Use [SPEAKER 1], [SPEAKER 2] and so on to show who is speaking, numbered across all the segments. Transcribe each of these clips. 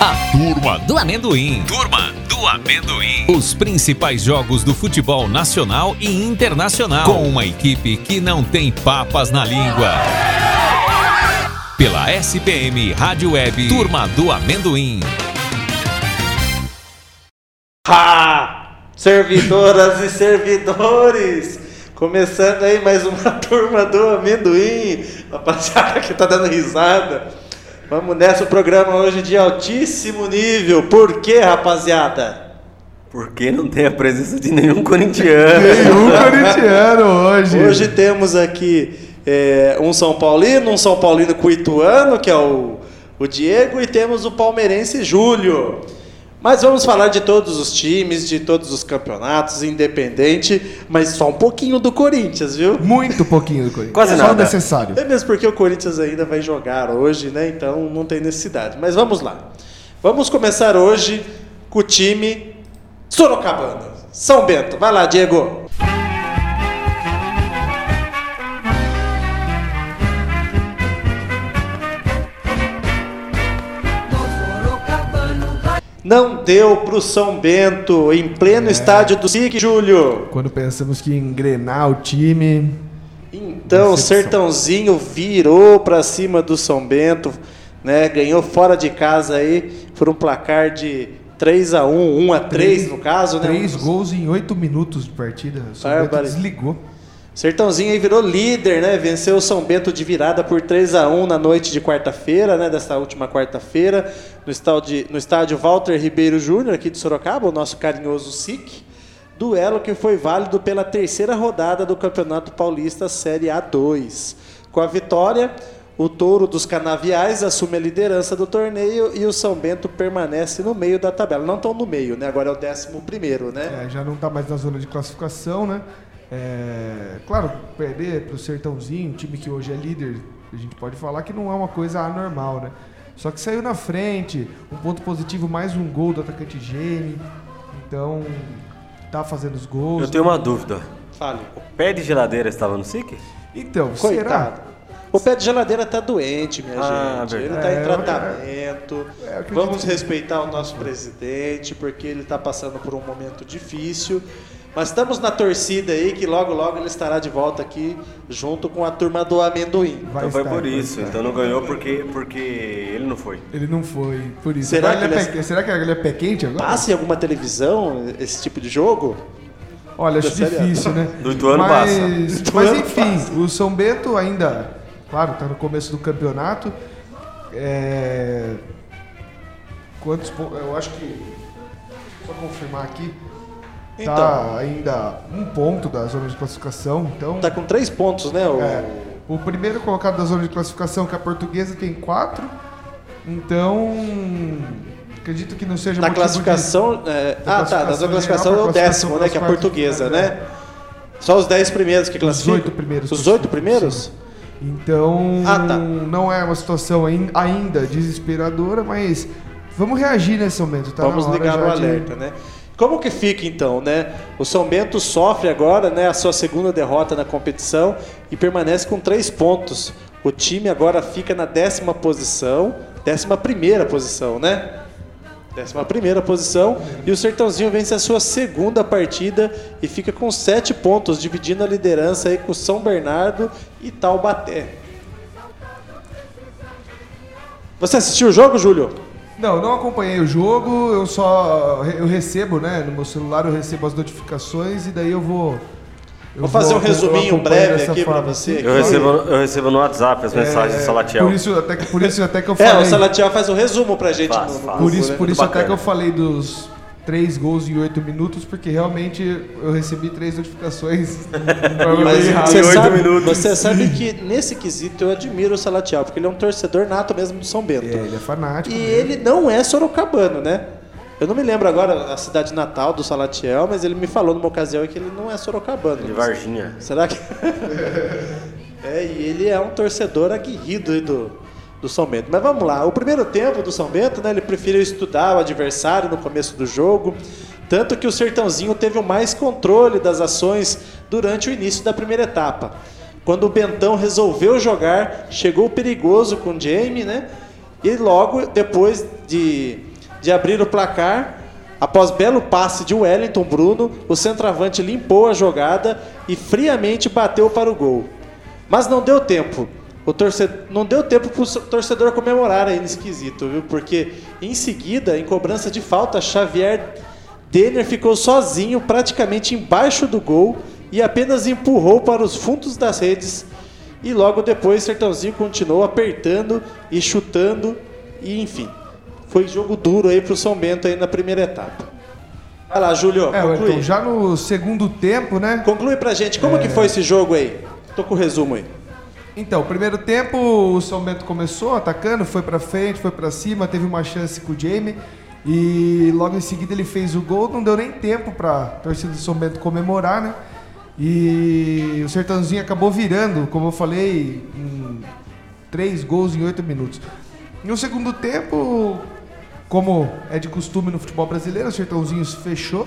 [SPEAKER 1] A Turma do Amendoim. Turma do Amendoim. Os principais jogos do futebol nacional e internacional. Com uma equipe que não tem papas na língua. Pela SPM Rádio Web. Turma do Amendoim.
[SPEAKER 2] Ha! Servidoras e servidores! Começando aí mais uma turma do amendoim. Rapaziada que tá dando risada. Vamos nessa, o programa hoje de altíssimo nível. Por quê, rapaziada?
[SPEAKER 3] Porque não tem a presença de nenhum corintiano.
[SPEAKER 4] Nenhum corintiano hoje.
[SPEAKER 2] Hoje temos aqui é, um São Paulino, um São Paulino cuituano, que é o, o Diego, e temos o palmeirense Júlio. Mas vamos falar de todos os times, de todos os campeonatos, independente, mas só um pouquinho do Corinthians, viu?
[SPEAKER 4] Muito pouquinho do Corinthians.
[SPEAKER 3] Quase
[SPEAKER 4] Só
[SPEAKER 3] nada.
[SPEAKER 4] o necessário.
[SPEAKER 2] É mesmo porque o Corinthians ainda vai jogar hoje, né? Então não tem necessidade. Mas vamos lá. Vamos começar hoje com o time Sorocabana. São Bento. Vai lá, Diego. Não deu pro São Bento em
[SPEAKER 4] É.
[SPEAKER 2] pleno estádio do SIG, Júlio.
[SPEAKER 4] Quando pensamos que engrenar o time.
[SPEAKER 2] Então, o
[SPEAKER 4] Decepção.
[SPEAKER 2] Sertãozinho virou pra cima do São Bento, né? Ganhou fora de casa aí por um placar de 3 a 1, 1 a 3 no caso, né?
[SPEAKER 4] Três
[SPEAKER 2] Um-
[SPEAKER 4] gols em oito minutos de partida. O São Bento
[SPEAKER 2] Bárbaro.
[SPEAKER 4] desligou.
[SPEAKER 2] Sertãozinho aí virou líder, né? Venceu o São Bento de virada por 3 a 1 na noite de quarta-feira, né? Dessa última quarta-feira, no estádio, no estádio Walter Ribeiro Júnior, aqui de Sorocaba, o nosso carinhoso SIC. Duelo que foi válido pela terceira rodada do Campeonato Paulista Série A2. Com a vitória, o touro dos canaviais assume a liderança do torneio e o São Bento permanece no meio da tabela. Não estão no meio, né? Agora é o décimo primeiro, né?
[SPEAKER 4] É, já não tá mais na zona de classificação, né? É, claro, perder pro Sertãozinho, um time que hoje é líder, a gente pode falar que não é uma coisa anormal, né? Só que saiu na frente, um ponto positivo, mais um gol do atacante Gene. Então, tá fazendo os gols.
[SPEAKER 3] Eu tenho uma dúvida.
[SPEAKER 2] Fale.
[SPEAKER 3] O pé de geladeira estava no SIC?
[SPEAKER 4] Então,
[SPEAKER 2] Coitado.
[SPEAKER 4] será?
[SPEAKER 2] O pé de geladeira tá doente, minha
[SPEAKER 3] Ah,
[SPEAKER 2] gente. Ele
[SPEAKER 3] verdade.
[SPEAKER 2] tá em
[SPEAKER 4] É,
[SPEAKER 2] tratamento.
[SPEAKER 4] eu- eu acredito
[SPEAKER 2] Vamos
[SPEAKER 4] que-
[SPEAKER 2] respeitar o nosso presidente, porque ele tá passando por um momento difícil. Mas estamos na torcida aí que logo, logo ele estará de volta aqui junto com a turma do amendoim.
[SPEAKER 4] Vai
[SPEAKER 3] então foi
[SPEAKER 4] estar,
[SPEAKER 3] por
[SPEAKER 4] vai
[SPEAKER 3] isso.
[SPEAKER 4] estar.
[SPEAKER 3] Então não ganhou porque, porque ele não foi.
[SPEAKER 4] Ele não foi, por isso.
[SPEAKER 2] Será
[SPEAKER 4] Será, que
[SPEAKER 2] que
[SPEAKER 4] ele é
[SPEAKER 2] ele
[SPEAKER 4] pé, será que ele é pé quente agora?
[SPEAKER 2] Passa em alguma televisão esse tipo de jogo?
[SPEAKER 4] Olha, acho
[SPEAKER 2] Da Série A.
[SPEAKER 4] difícil, né?
[SPEAKER 3] Do Ituano
[SPEAKER 4] mas,
[SPEAKER 3] passa.
[SPEAKER 4] Mas
[SPEAKER 2] Ituano
[SPEAKER 4] enfim,
[SPEAKER 2] passa.
[SPEAKER 4] o São Bento ainda, claro, tá no começo do campeonato. É... Quantos pontos? Eu acho que. Só confirmar aqui.
[SPEAKER 2] Então.
[SPEAKER 4] Tá ainda um ponto da zona de classificação. Então,
[SPEAKER 2] Tá com três pontos, né? O...
[SPEAKER 4] é, o primeiro colocado da zona de classificação, que é a portuguesa, tem quatro. Então. Acredito que não seja
[SPEAKER 2] Na
[SPEAKER 4] motivo Tipo de-
[SPEAKER 2] classificação. é,
[SPEAKER 4] da
[SPEAKER 2] ah, tá. Na zona
[SPEAKER 4] classificação
[SPEAKER 2] de classificação é
[SPEAKER 4] geral
[SPEAKER 2] o
[SPEAKER 4] pra
[SPEAKER 2] décimo,
[SPEAKER 4] classificação
[SPEAKER 2] né? Que é a
[SPEAKER 4] pelas quartas
[SPEAKER 2] portuguesa,
[SPEAKER 4] de
[SPEAKER 2] né? Só os 10 primeiros que classificam?
[SPEAKER 4] oito primeiros
[SPEAKER 2] Os oito
[SPEAKER 4] classificam,
[SPEAKER 2] primeiros?
[SPEAKER 4] sim. Então,
[SPEAKER 2] Ah, tá.
[SPEAKER 4] não é uma situação ain- ainda desesperadora, mas vamos reagir nesse momento, tá?
[SPEAKER 2] Vamos
[SPEAKER 4] Na hora
[SPEAKER 2] ligar
[SPEAKER 4] já
[SPEAKER 2] o
[SPEAKER 4] de-
[SPEAKER 2] alerta, né? Como que fica então, né? O São Bento sofre agora, né, a sua segunda derrota na competição e permanece com três pontos. O time agora fica na décima posição, décima primeira posição, né? Décima primeira posição e o Sertãozinho vence a sua segunda partida e fica com sete pontos, dividindo a liderança aí com São Bernardo e Taubaté. Você assistiu o jogo, Júlio?
[SPEAKER 4] Não, não acompanhei o jogo, eu só eu recebo, né, no meu celular eu recebo as notificações e daí eu vou eu
[SPEAKER 2] Vou fazer um
[SPEAKER 4] acompanho-
[SPEAKER 2] resuminho
[SPEAKER 4] eu acompanho
[SPEAKER 2] breve
[SPEAKER 4] dessa
[SPEAKER 2] aqui pra
[SPEAKER 4] forma.
[SPEAKER 2] você.
[SPEAKER 3] Eu recebo, eu recebo no WhatsApp as mensagens do Salatiel.
[SPEAKER 4] É, Por isso até que por isso até que eu
[SPEAKER 2] É,
[SPEAKER 4] falei.
[SPEAKER 2] o Salatiel faz o resumo pra gente
[SPEAKER 3] Faz,
[SPEAKER 2] no, no
[SPEAKER 3] faz.
[SPEAKER 4] Por
[SPEAKER 2] grupo,
[SPEAKER 4] isso,
[SPEAKER 2] né?
[SPEAKER 4] por isso
[SPEAKER 3] Muito
[SPEAKER 4] até que
[SPEAKER 3] bacana.
[SPEAKER 4] eu falei dos três gols em oito minutos, porque realmente eu recebi três notificações.
[SPEAKER 2] Mas
[SPEAKER 4] errado.
[SPEAKER 2] você
[SPEAKER 3] Em oito
[SPEAKER 2] sabe,
[SPEAKER 3] minutos.
[SPEAKER 2] você sabe que nesse quesito eu admiro o Salatiel, porque ele é um torcedor nato mesmo do São Bento.
[SPEAKER 4] É, ele é fanático.
[SPEAKER 2] E
[SPEAKER 4] né?
[SPEAKER 2] ele não é sorocabano, né? Eu não me lembro agora a cidade natal do Salatiel, mas ele me falou numa ocasião que ele não é sorocabano.
[SPEAKER 3] De Varginha.
[SPEAKER 2] Será que. é, e ele é um torcedor aguerrido aí do, do São Bento. Mas vamos lá, o primeiro tempo do São Bento, né? Ele preferiu estudar o adversário no começo do jogo. Tanto que o Sertãozinho teve o mais controle das ações durante o início da primeira etapa. Quando o Bentão resolveu jogar, chegou perigoso com o Jamie, né? E logo depois de de abrir o placar. Após belo passe de Wellington Bruno, o centroavante limpou a jogada e friamente bateu para o gol. Mas não deu tempo. O torcedor, não deu tempo para o torcedor comemorar ainda esquisito, viu? Porque em seguida, em cobrança de falta, Xavier Denner ficou sozinho, praticamente embaixo do gol, e apenas empurrou para os fundos das redes. E logo depois, Sertãozinho continuou apertando e chutando, e enfim. Foi jogo duro aí para o São Bento aí na primeira etapa. Vai lá, Júlio,
[SPEAKER 4] É,
[SPEAKER 2] conclui.
[SPEAKER 4] Wellington, já É. no segundo tempo, né?
[SPEAKER 2] Conclui pra gente, como que foi esse jogo aí? Tô com o resumo aí.
[SPEAKER 4] Então, primeiro tempo, o São Bento começou atacando, foi pra frente, foi pra cima, teve uma chance com o Jamie e logo em seguida ele fez o gol, não deu nem tempo pra torcida do São Bento comemorar, né? E o Sertãozinho acabou virando, como eu falei, em três gols em oito minutos. No segundo tempo, como é de costume no futebol brasileiro, o Sertãozinho se fechou,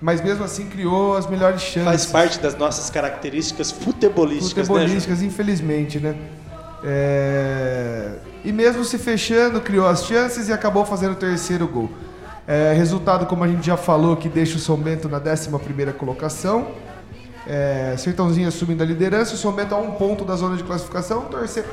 [SPEAKER 4] mas mesmo assim criou as melhores chances
[SPEAKER 2] Faz parte das nossas características futebolísticas, né?
[SPEAKER 4] futebolísticas, infelizmente, né? É, E mesmo se fechando, criou as chances e acabou fazendo o terceiro gol. É, resultado, como a gente já falou, que deixa o São Bento na 11 colocação. É, Sertãozinho assumindo a liderança, o São Bento a um ponto da zona de classificação. Torcer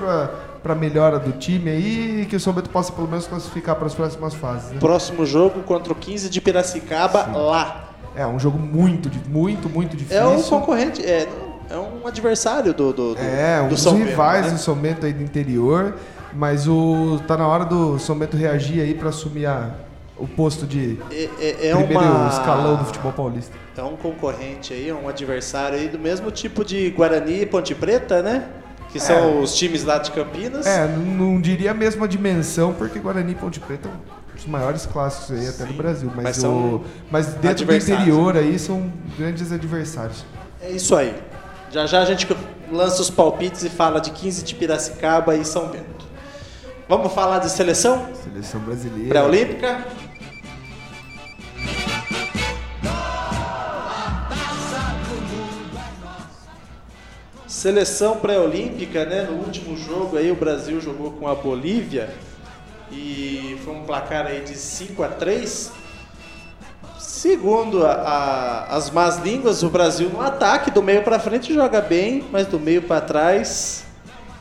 [SPEAKER 4] para melhora do time aí e que o São Bento possa pelo menos classificar para as próximas fases. né?
[SPEAKER 2] Ju? Próximo jogo contra o 15 de Piracicaba, lá.
[SPEAKER 4] É um jogo muito, di- muito, muito difícil.
[SPEAKER 2] É um concorrente, é, é um adversário do, do, do,
[SPEAKER 4] É,
[SPEAKER 2] do
[SPEAKER 4] os
[SPEAKER 2] São Bento,
[SPEAKER 4] rivais
[SPEAKER 2] né?
[SPEAKER 4] do São Bento aí do interior, mas o tá na hora do São Bento reagir aí pra assumir a- o posto de
[SPEAKER 2] É, é, é
[SPEAKER 4] primeiro
[SPEAKER 2] uma-
[SPEAKER 4] escalão do futebol paulista.
[SPEAKER 2] É um concorrente aí, é um adversário aí do mesmo tipo de Guarani e Ponte Preta, né? Que são os times lá de Campinas.
[SPEAKER 4] É, não não diria a mesma dimensão, porque Guarani e Ponte Preta é um dos maiores clássicos aí até do Brasil, mas,
[SPEAKER 2] mas
[SPEAKER 4] o-
[SPEAKER 2] são
[SPEAKER 4] mas dentro do
[SPEAKER 2] adversários, né?
[SPEAKER 4] interior aí são grandes adversários.
[SPEAKER 2] É isso aí. Já já a gente lança os palpites e fala de 15 de Piracicaba e São Bento. Vamos falar de seleção
[SPEAKER 4] Seleção brasileira.
[SPEAKER 2] pré-olímpica? Seleção pré-olímpica, né? No último jogo aí o Brasil jogou com a Bolívia e foi um placar aí de 5 a 3. Segundo a- a- as más línguas, o Brasil no ataque do meio pra frente joga bem, mas do meio pra trás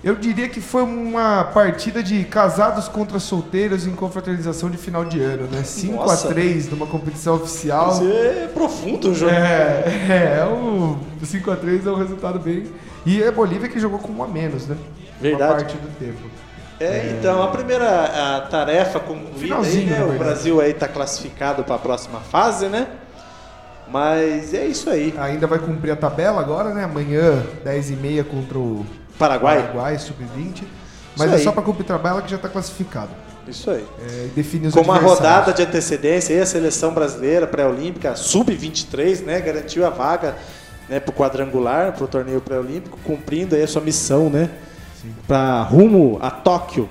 [SPEAKER 4] Eu diria que foi uma partida de casados contra solteiros em confraternização de final de ano, né? 5 a
[SPEAKER 2] Nossa.
[SPEAKER 4] 3 numa competição oficial.
[SPEAKER 2] é profundo o jogo.
[SPEAKER 4] É, é, o 5x3 é um resultado bem. E é Bolívia que jogou com um a menos, né?
[SPEAKER 2] Verdade.
[SPEAKER 4] Uma parte do tempo.
[SPEAKER 2] É, então, a primeira a tarefa concluída aí,
[SPEAKER 4] Finalzinho,
[SPEAKER 2] né?
[SPEAKER 4] na
[SPEAKER 2] O
[SPEAKER 4] verdade.
[SPEAKER 2] Brasil aí tá classificado para a próxima fase, né? Mas é isso aí.
[SPEAKER 4] Ainda vai cumprir a tabela agora, né? Amanhã, 10h30 contra o
[SPEAKER 2] Paraguai?
[SPEAKER 4] Paraguai sub-20. Mas
[SPEAKER 2] Isso
[SPEAKER 4] é só
[SPEAKER 2] aí.
[SPEAKER 4] pra cumprir a tabela que já tá classificado.
[SPEAKER 2] Isso aí.
[SPEAKER 4] É, e define os
[SPEAKER 2] Com uma
[SPEAKER 4] adversários.
[SPEAKER 2] rodada de antecedência, aí a seleção brasileira pré-olímpica, sub-23, né? Garantiu a vaga né, para o quadrangular, para o torneio pré-olímpico, cumprindo aí a sua missão, né? Para rumo a Tóquio.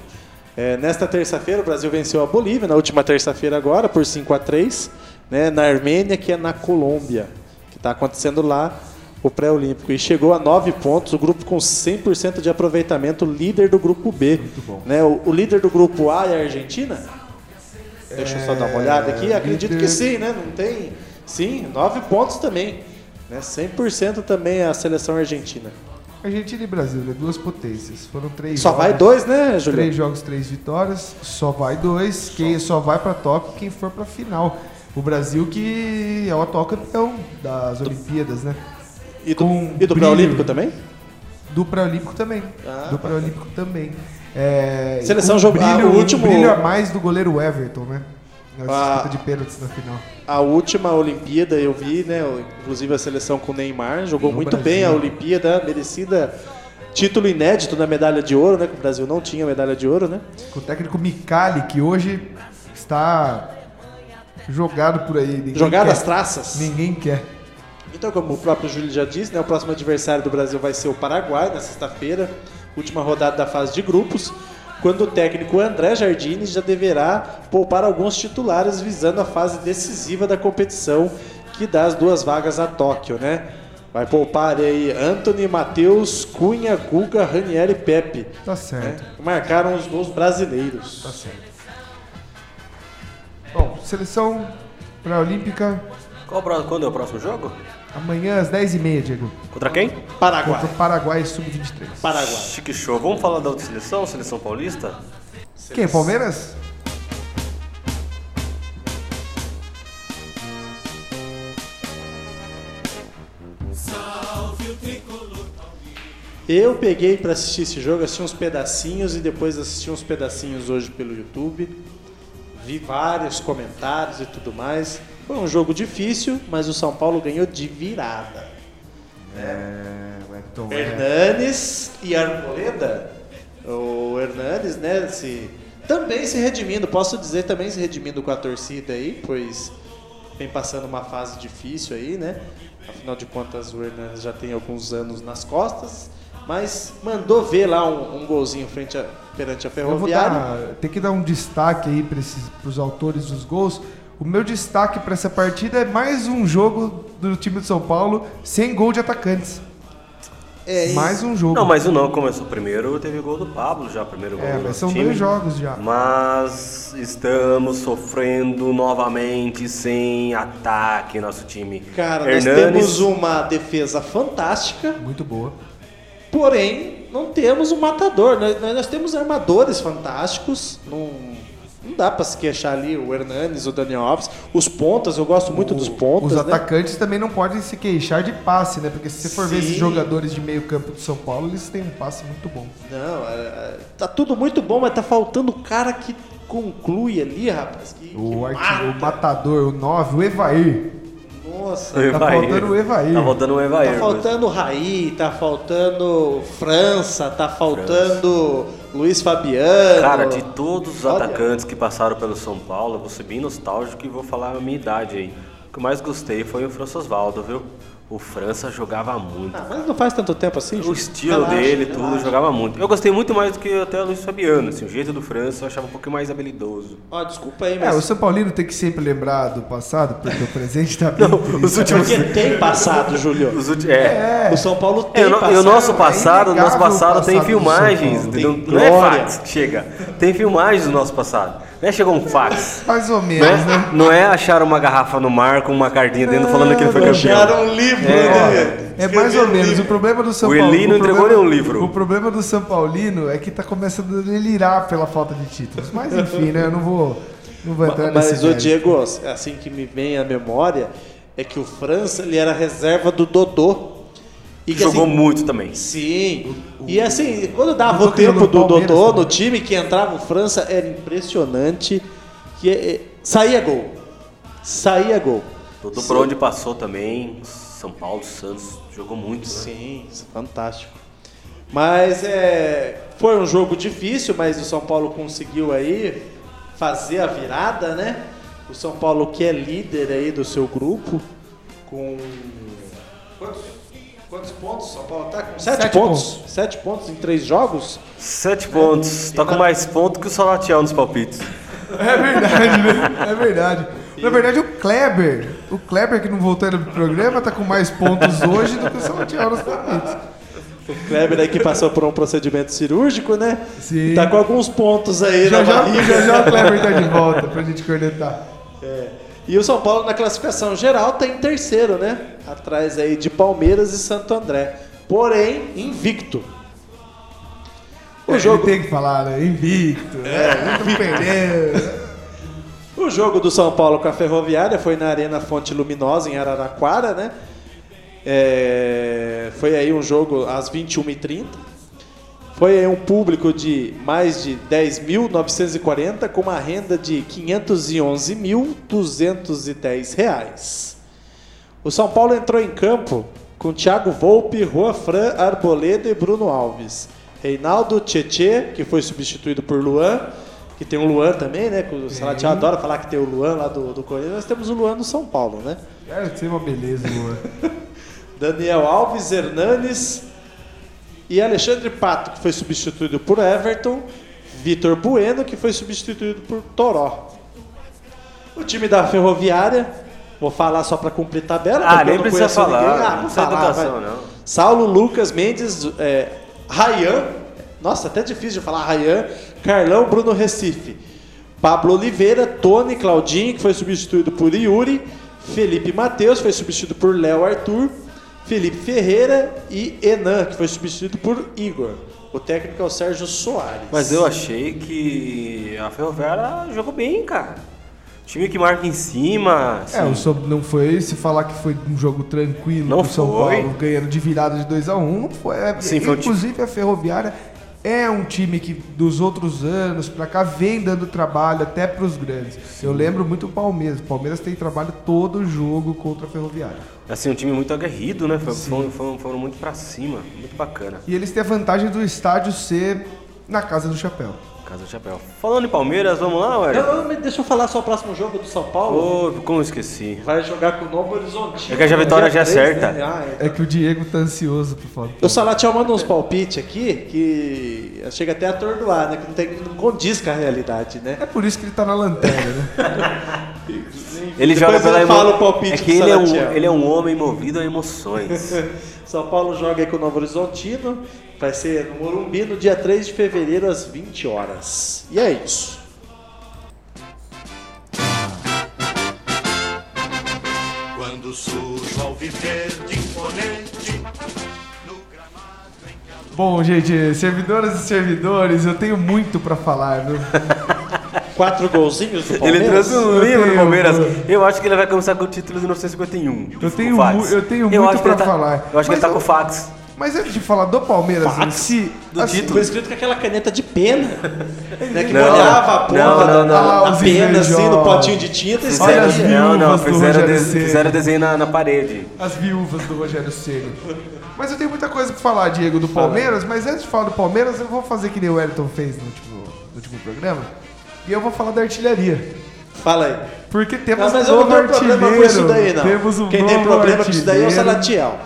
[SPEAKER 2] É, nesta terça-feira, o Brasil venceu a Bolívia, na última terça-feira agora, por 5 a 3 né, na Armênia, que é na Colômbia, que está acontecendo lá o pré-olímpico. E chegou a 9 pontos, o grupo com 100% de aproveitamento, líder do grupo B.
[SPEAKER 4] bom.
[SPEAKER 2] Né, o, o líder do grupo A é a Argentina? Deixa eu só dar uma olhada
[SPEAKER 4] É,
[SPEAKER 2] aqui. Acredito
[SPEAKER 4] líder-
[SPEAKER 2] que sim, né? Não tem. Sim, nove pontos também. Né? 100% também a seleção argentina.
[SPEAKER 4] Argentina e Brasil, né? Duas potências. Foram três
[SPEAKER 2] Só
[SPEAKER 4] jogos.
[SPEAKER 2] vai dois, né,
[SPEAKER 4] Três
[SPEAKER 2] Juliano?
[SPEAKER 4] jogos, três vitórias, só vai dois. Quem só vai pra Tóquio quem for pra final. O Brasil que é o atual campeão das Olimpíadas, né?
[SPEAKER 2] E do,
[SPEAKER 4] com
[SPEAKER 2] e do
[SPEAKER 4] brilho.
[SPEAKER 2] pré-olímpico também?
[SPEAKER 4] Do pré-olímpico também.
[SPEAKER 2] Ah,
[SPEAKER 4] do pré-olímpico também. É,
[SPEAKER 2] Seleção
[SPEAKER 4] com
[SPEAKER 2] jogou- ah,
[SPEAKER 4] brilho,
[SPEAKER 2] o
[SPEAKER 4] um
[SPEAKER 2] último-
[SPEAKER 4] brilho a mais do goleiro Everton, né? Na
[SPEAKER 2] Ah.
[SPEAKER 4] disputa de pênaltis na final.
[SPEAKER 2] A última Olimpíada eu vi, né? Inclusive a seleção com o Neymar. Jogou
[SPEAKER 4] No
[SPEAKER 2] muito
[SPEAKER 4] Brasil.
[SPEAKER 2] bem a Olimpíada, merecida. Título inédito na medalha de ouro, né? Que o Brasil não tinha medalha de ouro, né?
[SPEAKER 4] Com o técnico Micali, que hoje está jogado por aí. Ninguém
[SPEAKER 2] Jogada
[SPEAKER 4] quer.
[SPEAKER 2] às traças.
[SPEAKER 4] é. Ninguém quer.
[SPEAKER 2] Então, como o próprio Júlio já disse, né, o próximo adversário do Brasil vai ser o Paraguai na sexta-feira, última rodada da fase de grupos, quando o técnico André Jardine já deverá poupar alguns titulares visando a fase decisiva da competição que dá as duas vagas a Tóquio, né? Vai poupar aí Anthony, Matheus, Cunha, Guga, Ranieri e Pepe.
[SPEAKER 4] Tá
[SPEAKER 2] né?
[SPEAKER 4] certo.
[SPEAKER 2] Marcaram os gols brasileiros.
[SPEAKER 4] Tá certo.
[SPEAKER 2] É.
[SPEAKER 4] seleção pré-olímpica
[SPEAKER 3] Qual o pró- quando é o próximo jogo?
[SPEAKER 4] amanhã às 10h30, Diego.
[SPEAKER 3] Contra quem?
[SPEAKER 2] Paraguai.
[SPEAKER 4] Contra o Paraguai Sub-23.
[SPEAKER 2] Paraguai.
[SPEAKER 3] Chique show. Vamos falar da outra seleção, seleção paulista?
[SPEAKER 4] Quem? Palmeiras?
[SPEAKER 2] Eu peguei pra assistir esse jogo, assisti uns pedacinhos e depois assisti uns pedacinhos hoje pelo YouTube. Vi vários comentários e tudo mais. Foi um jogo difícil, mas o São Paulo ganhou de virada.
[SPEAKER 4] É, Wellington. É.
[SPEAKER 2] Hernanes e Arboleda. O Hernanes, né, se, também se redimindo, posso dizer também se redimindo com a torcida aí, pois vem passando uma fase difícil aí, né? Afinal de contas, o Hernanes já tem alguns anos nas costas, mas mandou ver lá um, um golzinho frente a- perante a
[SPEAKER 4] Eu vou
[SPEAKER 2] Ferroviária.
[SPEAKER 4] dar, ter que dar um destaque aí para os autores dos gols. O meu destaque para essa partida é mais um jogo do time do São Paulo sem gol de atacantes.
[SPEAKER 2] É, e-
[SPEAKER 4] mais um jogo.
[SPEAKER 3] Não, mas o não começou primeiro, teve gol do Pablo já, primeiro gol
[SPEAKER 4] É,
[SPEAKER 3] do
[SPEAKER 4] mas
[SPEAKER 3] nosso
[SPEAKER 4] são
[SPEAKER 3] time.
[SPEAKER 4] dois jogos já.
[SPEAKER 3] Mas estamos sofrendo novamente sem ataque nosso time.
[SPEAKER 4] um
[SPEAKER 2] Cara, nós temos um- uma defesa fantástica,
[SPEAKER 4] Muito boa.
[SPEAKER 2] Porém, não temos um matador. Nós, nós- nós temos armadores fantásticos. Não, não dá pra se queixar ali o Hernanes, o Daniel Alves. Os pontas, eu gosto muito dos pontas.
[SPEAKER 4] Os
[SPEAKER 2] né?
[SPEAKER 4] atacantes também não podem se queixar de passe, né? Porque se você for ver esses
[SPEAKER 2] Sim.
[SPEAKER 4] jogadores de meio campo do São Paulo, eles têm um passe muito bom.
[SPEAKER 2] Não, é- é- tá tudo muito bom, mas tá faltando o cara que conclui ali, rapaz. Que, que
[SPEAKER 4] O, arti-
[SPEAKER 2] mata.
[SPEAKER 4] o matador, o 9, o Evair.
[SPEAKER 2] Nossa.
[SPEAKER 3] Tá
[SPEAKER 4] faltando o Evair.
[SPEAKER 3] Tá faltando o Evair.
[SPEAKER 2] Tá faltando Raí, tá faltando França, tá faltando Luiz Fabiano.
[SPEAKER 3] Cara, de todos os
[SPEAKER 2] Olha.
[SPEAKER 3] atacantes que passaram pelo São Paulo, eu vou ser bem nostálgico e vou falar a minha idade aí. O que eu mais gostei foi o François Valdo, viu? O França jogava muito.
[SPEAKER 2] Ah, mas não faz tanto tempo assim,
[SPEAKER 3] O
[SPEAKER 2] Júlio.
[SPEAKER 3] estilo
[SPEAKER 2] Relaxa,
[SPEAKER 3] dele, tudo,
[SPEAKER 2] relaxa.
[SPEAKER 3] jogava muito. Eu gostei muito mais do que até o Luiz Fabiano, assim, o jeito do França eu achava um pouquinho mais habilidoso.
[SPEAKER 2] Ó, desculpa aí,
[SPEAKER 4] É,
[SPEAKER 2] mas...
[SPEAKER 4] o São Paulino tem que sempre lembrar do passado, porque o presente tá bem. triste.
[SPEAKER 3] os últimos...
[SPEAKER 2] É Porque tem passado, Júlio.
[SPEAKER 3] Os últimos é.
[SPEAKER 4] É,
[SPEAKER 2] O São Paulo
[SPEAKER 3] É,
[SPEAKER 2] tem
[SPEAKER 3] o no- e
[SPEAKER 2] passado. né?
[SPEAKER 3] o nosso passado, o nosso
[SPEAKER 4] inegável
[SPEAKER 3] passado
[SPEAKER 4] o
[SPEAKER 3] tem
[SPEAKER 4] passado do
[SPEAKER 3] filmagens,
[SPEAKER 4] São
[SPEAKER 2] Paulo.
[SPEAKER 3] não,
[SPEAKER 2] Tem
[SPEAKER 3] não é
[SPEAKER 2] glória.
[SPEAKER 3] fax, chega. Tem filmagens do nosso passado. Não é chegou um fax,
[SPEAKER 4] mais ou
[SPEAKER 3] né?
[SPEAKER 4] menos, né?
[SPEAKER 3] Não é achar uma garrafa no mar com uma cartinha dentro falando que ele foi campeão.
[SPEAKER 2] Acharam um livro, né?
[SPEAKER 4] É mais ou
[SPEAKER 2] Escreveram um
[SPEAKER 4] menos. O
[SPEAKER 2] livro.
[SPEAKER 4] problema do São
[SPEAKER 3] O
[SPEAKER 4] Paulo.
[SPEAKER 3] Eli não entregou
[SPEAKER 4] problema-
[SPEAKER 3] nenhum livro.
[SPEAKER 4] O problema do São Paulino é que tá começando a delirar pela falta de títulos. Mas enfim, né? Eu não vou, não vou entrar nesse.
[SPEAKER 2] Mas o
[SPEAKER 4] mérito.
[SPEAKER 2] Diego, assim que me vem à memória, é que o França ele era reserva do Dodô. E que,
[SPEAKER 3] Jogou
[SPEAKER 2] assim,
[SPEAKER 3] muito também.
[SPEAKER 2] Sim. E assim, quando dava
[SPEAKER 4] Dodô
[SPEAKER 2] o tempo
[SPEAKER 4] jogou
[SPEAKER 2] do
[SPEAKER 4] no Palmeiras
[SPEAKER 2] Dodô no
[SPEAKER 4] também.
[SPEAKER 2] time que entrava o França, era impressionante. Que, é, saía gol. Saía gol.
[SPEAKER 3] Todo por onde passou também, São Paulo, Santos, jogou muito, né?
[SPEAKER 2] Sim, isso é fantástico. Mas é, foi um jogo difícil, mas o São Paulo conseguiu aí fazer a virada, né? O São Paulo que é líder aí do seu grupo com quantos, quantos pontos? O São Paulo tá com sete,
[SPEAKER 4] Sete
[SPEAKER 2] pontos. Sete pontos em três jogos.
[SPEAKER 3] Sete pontos, tá com mais ponto que o Salatiel nos palpites.
[SPEAKER 4] É verdade, né? É verdade. Na verdade, o Kleber, o Kleber que não voltou ainda pro programa, tá com mais pontos hoje do que o Salatiel nos palpites.
[SPEAKER 2] O Kleber aí que passou por um procedimento cirúrgico, né?
[SPEAKER 4] Sim.
[SPEAKER 2] Tá com alguns pontos aí
[SPEAKER 4] Já
[SPEAKER 2] na
[SPEAKER 4] já,
[SPEAKER 2] é barriga.
[SPEAKER 4] já já o Kleber tá de volta pra gente cornetar.
[SPEAKER 2] E o São Paulo na classificação geral tá em terceiro, né? Atrás aí de Palmeiras e Santo André. Porém, invicto. O
[SPEAKER 4] É, Ele
[SPEAKER 2] jogo, É,
[SPEAKER 4] tem que falar, né? Invicto, né? Nunca perdeu.
[SPEAKER 2] o jogo do São Paulo com a Ferroviária foi na Arena Fonte Luminosa, em Araraquara, né? É, foi aí um jogo às 21h30. Foi aí um público de mais de 10.940 com uma renda de R$ 511.210. reais. O São Paulo entrou em campo com Thiago Volpe, Juan Fran, Arboleda e Bruno Alves. Reinaldo, Tietê, que foi substituído por Luan, que tem o Luan também, né? Que o Salatiel adora falar que tem o Luan lá do, do Corinthians. Nós temos o Luan no São Paulo, né?
[SPEAKER 4] Deve ser uma beleza, Luan.
[SPEAKER 2] Daniel Alves, Hernanes e Alexandre Pato, que foi substituído por Everton, Vitor Bueno, que foi substituído por Toró. O time da Ferroviária, vou falar só para cumprir tabela.
[SPEAKER 3] Ah,
[SPEAKER 2] porque eu
[SPEAKER 3] nem
[SPEAKER 2] não
[SPEAKER 3] precisa
[SPEAKER 2] conheço
[SPEAKER 3] falar,
[SPEAKER 2] ninguém. Ah,
[SPEAKER 3] não
[SPEAKER 2] vou
[SPEAKER 3] precisa
[SPEAKER 2] falar,
[SPEAKER 3] tentação,
[SPEAKER 2] vai.
[SPEAKER 3] não.
[SPEAKER 2] Saulo, Lucas, Mendes, é, Rayan, nossa, até difícil de falar Rayan, Carlão, Bruno Recife, Pablo Oliveira, Bertone, Claudinho, que foi substituído por Yuri, Felipe Matheus, foi substituído por Léo Arthur, Felipe Ferreira e Enan, que foi substituído por Igor. O técnico é o Sérgio Soares.
[SPEAKER 3] Mas eu achei que a Ferroviária jogou bem, cara. Time que marca em cima.
[SPEAKER 4] É,
[SPEAKER 3] assim.
[SPEAKER 4] o São- não foi se falar que foi um jogo tranquilo
[SPEAKER 3] Não
[SPEAKER 4] pro São
[SPEAKER 3] foi.
[SPEAKER 4] Paulo, ganhando de virada de 2 a 1 um, não foi. É,
[SPEAKER 3] Sim, foi um ti-
[SPEAKER 4] inclusive a Ferroviária é um time que dos outros anos pra cá vem dando trabalho até pros grandes. Eu lembro muito o Palmeiras. O Palmeiras tem trabalho todo jogo contra a Ferroviária.
[SPEAKER 3] Assim, um time muito aguerrido, né? Foi- foram, foram- foram muito pra cima. Muito bacana.
[SPEAKER 4] E eles têm a vantagem do estádio ser na casa do chapéu.
[SPEAKER 3] Casa do Chapéu. Falando em Palmeiras, vamos lá, Wellington?
[SPEAKER 2] Não, não, mas deixa eu falar só o próximo jogo do São Paulo.
[SPEAKER 3] Ô, como eu esqueci.
[SPEAKER 2] Vai jogar com o Novo Horizonte. né?
[SPEAKER 3] É que a vitória já é certa.
[SPEAKER 2] Ah,
[SPEAKER 4] É que o Diego tá ansioso por falar.
[SPEAKER 2] O Salatiel manda uns palpites aqui que chega até a atordoar, né? Que não, tem, não condiz com a realidade, né?
[SPEAKER 4] É por isso que ele tá na lanterna, né?
[SPEAKER 3] Ele
[SPEAKER 2] Depois
[SPEAKER 3] joga
[SPEAKER 2] eu
[SPEAKER 3] pela emo-
[SPEAKER 2] falo o palpite
[SPEAKER 3] É que
[SPEAKER 2] do
[SPEAKER 3] ele é, um,
[SPEAKER 2] Salatiel.
[SPEAKER 3] ele é um homem movido a emoções.
[SPEAKER 2] São Paulo joga aí com o Novo Horizontino. Vai ser no Morumbi no dia 3 de fevereiro às 20 horas. E é isso.
[SPEAKER 5] Quando surge o alviverde imponente no gramado.
[SPEAKER 4] Bom, gente, servidoras e servidores, eu tenho muito pra falar, viu?
[SPEAKER 2] Quatro golzinhos do Palmeiras.
[SPEAKER 3] Ele trouxe um
[SPEAKER 4] Eu
[SPEAKER 3] livro do
[SPEAKER 4] tenho- um.
[SPEAKER 3] Palmeiras. Eu acho que ele vai começar com o título de 1951.
[SPEAKER 4] Eu tenho
[SPEAKER 3] O um, fax.
[SPEAKER 4] mu- eu tenho muito
[SPEAKER 3] acho que ele
[SPEAKER 4] pra
[SPEAKER 3] tá-
[SPEAKER 4] falar.
[SPEAKER 3] Eu acho que ele
[SPEAKER 4] Mas
[SPEAKER 3] tá
[SPEAKER 4] eu-
[SPEAKER 3] com o fax.
[SPEAKER 4] Mas antes de falar do Palmeiras em si,
[SPEAKER 3] do título.
[SPEAKER 2] Foi escrito Assim, com aquela caneta de pena. né, que
[SPEAKER 3] Não,
[SPEAKER 2] molhava a
[SPEAKER 3] não,
[SPEAKER 2] ponta
[SPEAKER 3] não,
[SPEAKER 2] da-
[SPEAKER 4] não.
[SPEAKER 2] da
[SPEAKER 4] Os
[SPEAKER 2] pena, assim, no
[SPEAKER 4] invejosos.
[SPEAKER 2] potinho de tinta. e assim.
[SPEAKER 4] Olha
[SPEAKER 3] Fizeram,
[SPEAKER 4] as
[SPEAKER 2] escrevia.
[SPEAKER 3] não, não,
[SPEAKER 4] viúvas do
[SPEAKER 3] fizeram,
[SPEAKER 4] Rogério
[SPEAKER 3] de-
[SPEAKER 4] Ceni.
[SPEAKER 3] fizeram desenho na, na parede.
[SPEAKER 4] As viúvas do Rogério Ceni. Mas eu tenho muita coisa pra falar, Diego, do Palmeiras, mas antes de falar do Palmeiras, eu vou fazer que nem o Wellington fez no último, no último programa. E eu vou falar da artilharia.
[SPEAKER 2] Fala aí.
[SPEAKER 4] Porque temos
[SPEAKER 2] Não, mas
[SPEAKER 4] um
[SPEAKER 2] eu não
[SPEAKER 4] novo
[SPEAKER 2] tenho problema com isso daí,
[SPEAKER 4] artilheiro.
[SPEAKER 2] não.
[SPEAKER 4] Temos um
[SPEAKER 2] Quem
[SPEAKER 4] novo
[SPEAKER 2] tem problema com isso daí é o
[SPEAKER 4] artilheiro.
[SPEAKER 2] Salatiel.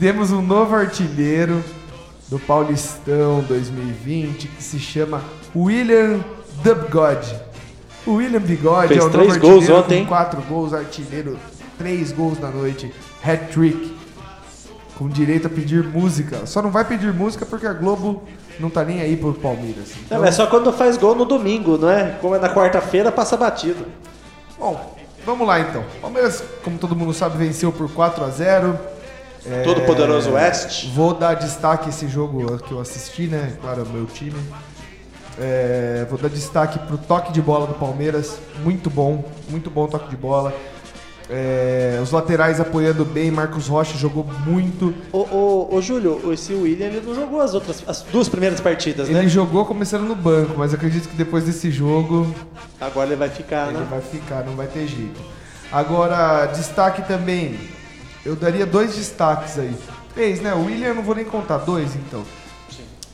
[SPEAKER 4] Temos um novo artilheiro do Paulistão 2020 que se chama William The God. O William Bigode
[SPEAKER 2] Fez
[SPEAKER 4] é o novo
[SPEAKER 2] três
[SPEAKER 4] artilheiro
[SPEAKER 2] gols
[SPEAKER 4] com
[SPEAKER 2] ontem, hein?
[SPEAKER 4] quatro gols, artilheiro, três gols na noite, hat-trick, com direito a pedir música. Só não vai pedir música porque a Globo não tá nem aí pro Palmeiras.
[SPEAKER 2] Não, é só quando faz gol no domingo, não é? Como é na quarta-feira, passa batido.
[SPEAKER 4] Bom, vamos lá então. Palmeiras, como todo mundo sabe, venceu por 4 a 0 É,
[SPEAKER 2] Todo poderoso West.
[SPEAKER 4] Vou dar destaque a esse jogo que eu assisti, né? Claro, é o meu time. É, vou dar destaque pro toque de bola do Palmeiras. Muito bom, muito bom toque de bola. É, os laterais apoiando bem, Marcos Rocha jogou muito.
[SPEAKER 2] Ô, ô, ô Júlio, esse William ele não jogou as outras, as duas primeiras partidas, né?
[SPEAKER 4] Ele jogou começando no banco, mas acredito que depois desse jogo
[SPEAKER 2] Agora ele vai ficar,
[SPEAKER 4] Ele
[SPEAKER 2] né?
[SPEAKER 4] vai ficar, não vai ter jeito. Agora, destaque também. Eu daria dois destaques aí. Três, né? O William eu não vou nem contar. Dois, então.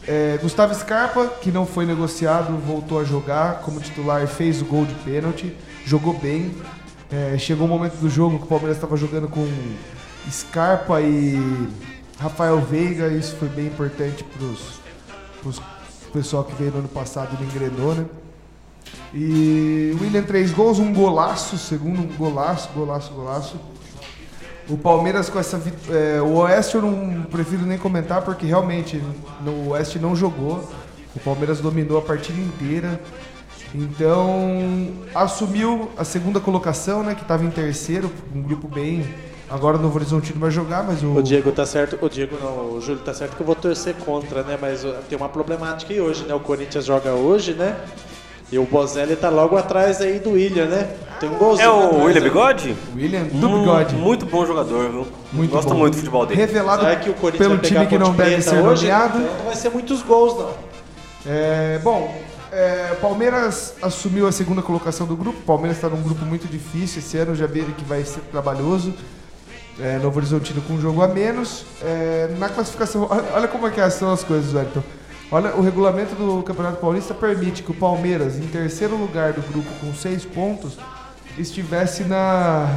[SPEAKER 4] É, Gustavo Scarpa, que não foi negociado, voltou a jogar como titular, fez o gol de pênalti, jogou bem. É, chegou o momento do jogo que o Palmeiras estava jogando com Scarpa e Rafael Veiga, isso foi bem importante para o pessoal que veio no ano passado e não engrenou, né? E William, três gols, um golaço, segundo um golaço, golaço, golaço. O Palmeiras com essa vit- é, O Oeste eu não prefiro nem comentar porque realmente no- o Oeste não jogou. O Palmeiras dominou a partida inteira. Então assumiu a segunda colocação, né? Que estava em terceiro, um grupo bem. Agora o Novo Horizontino vai jogar, mas o.
[SPEAKER 2] O Diego tá certo, o Diego não, o Júlio tá certo que eu vou torcer contra, né? Mas ó, tem uma problemática aí hoje, né? O Corinthians joga hoje, né? E o Bozelli tá logo atrás aí do William, né? Tem um golzinho.
[SPEAKER 3] É o
[SPEAKER 2] atrás,
[SPEAKER 3] William
[SPEAKER 2] né?
[SPEAKER 3] Bigode?
[SPEAKER 4] tá William do
[SPEAKER 3] Mu-
[SPEAKER 4] Bigode.
[SPEAKER 3] Muito bom jogador, viu? Gosto
[SPEAKER 4] bom.
[SPEAKER 3] muito do futebol dele.
[SPEAKER 4] Revelado
[SPEAKER 2] Será que o Corinthians
[SPEAKER 4] pelo
[SPEAKER 2] vai pegar
[SPEAKER 4] time que
[SPEAKER 2] a Ponte
[SPEAKER 4] não deve
[SPEAKER 2] Preta
[SPEAKER 4] ser
[SPEAKER 2] hoje?
[SPEAKER 4] nomeado.
[SPEAKER 2] Então não vai ser muitos gols, não.
[SPEAKER 4] É, bom, é, Palmeiras assumiu a segunda colocação do grupo. Palmeiras está num grupo muito difícil esse ano, já vejo que vai ser trabalhoso. É, Novo Horizontino com um jogo a menos. É, na classificação, olha, olha como é que são as coisas, Wellington. Olha, o regulamento do Campeonato Paulista permite que o Palmeiras, em terceiro lugar do grupo com seis pontos, estivesse na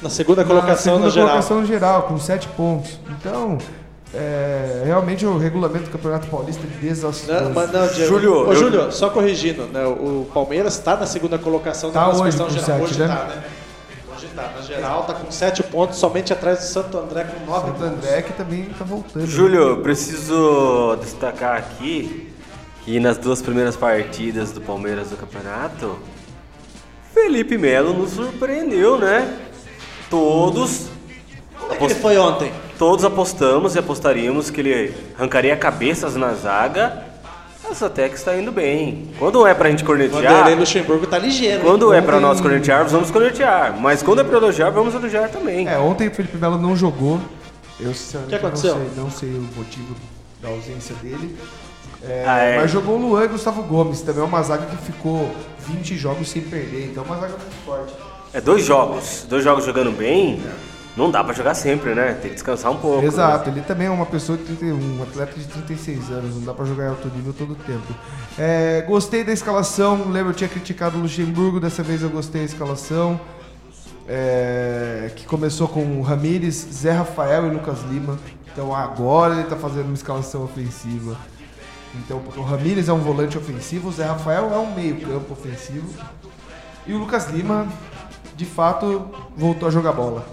[SPEAKER 2] Na segunda
[SPEAKER 4] na
[SPEAKER 2] colocação
[SPEAKER 4] segunda
[SPEAKER 2] no geral.
[SPEAKER 4] colocação no geral, com sete pontos. Então, é, realmente o regulamento do Campeonato Paulista é desastroso.
[SPEAKER 2] Não, mas não, Diego.
[SPEAKER 3] Júlio,
[SPEAKER 2] Ô,
[SPEAKER 3] eu-
[SPEAKER 2] Júlio, só corrigindo, né? O Palmeiras está na segunda colocação
[SPEAKER 4] Tá
[SPEAKER 2] na
[SPEAKER 4] hoje
[SPEAKER 2] classificação geral.
[SPEAKER 4] com sete,
[SPEAKER 2] hoje
[SPEAKER 4] né?
[SPEAKER 2] tá, né? Hoje tá. Na geral, tá com 7 pontos, somente atrás do Santo André com 9
[SPEAKER 4] Santo André que também tá voltando.
[SPEAKER 3] Júlio, preciso destacar aqui que nas duas primeiras partidas do Palmeiras do campeonato, Felipe Melo nos surpreendeu, né? Todos,
[SPEAKER 2] Como é que ele foi ontem?
[SPEAKER 3] todos apostamos e apostaríamos que ele arrancaria cabeças na zaga. Mas até que está indo bem. Quando é pra gente cornetear,
[SPEAKER 2] Vanderlei Luxemburgo tá ligeiro. hein?
[SPEAKER 3] quando é pra nós cornetearmos, vamos cornetear. Mas quando é pra elogiar, vamos elogiar também.
[SPEAKER 4] É, ontem o Felipe Melo não jogou. Eu sinceramente
[SPEAKER 2] O que aconteceu?
[SPEAKER 4] Não, sei, não sei o motivo da ausência dele. É,
[SPEAKER 3] Ah, é.
[SPEAKER 4] Mas jogou o Luan e o Gustavo Gomes. Também é uma zaga que ficou 20 jogos sem perder. Então é uma zaga muito forte.
[SPEAKER 3] É dois jogos. Dois jogos jogando bem, não dá pra jogar sempre, né? Tem que descansar um pouco.
[SPEAKER 4] Exato, ele também é uma pessoa de 31, um atleta de 36 anos, não dá pra jogar em alto nível todo o tempo. É, gostei da escalação, lembra eu tinha criticado o Luxemburgo, dessa vez eu gostei da escalação. É, que começou com o Ramires, Zé Rafael e Lucas Lima. Então agora ele tá fazendo uma escalação ofensiva. Então porque o Ramires é um volante ofensivo, o Zé Rafael é um meio-campo ofensivo. E o Lucas Lima, de fato, voltou a jogar bola.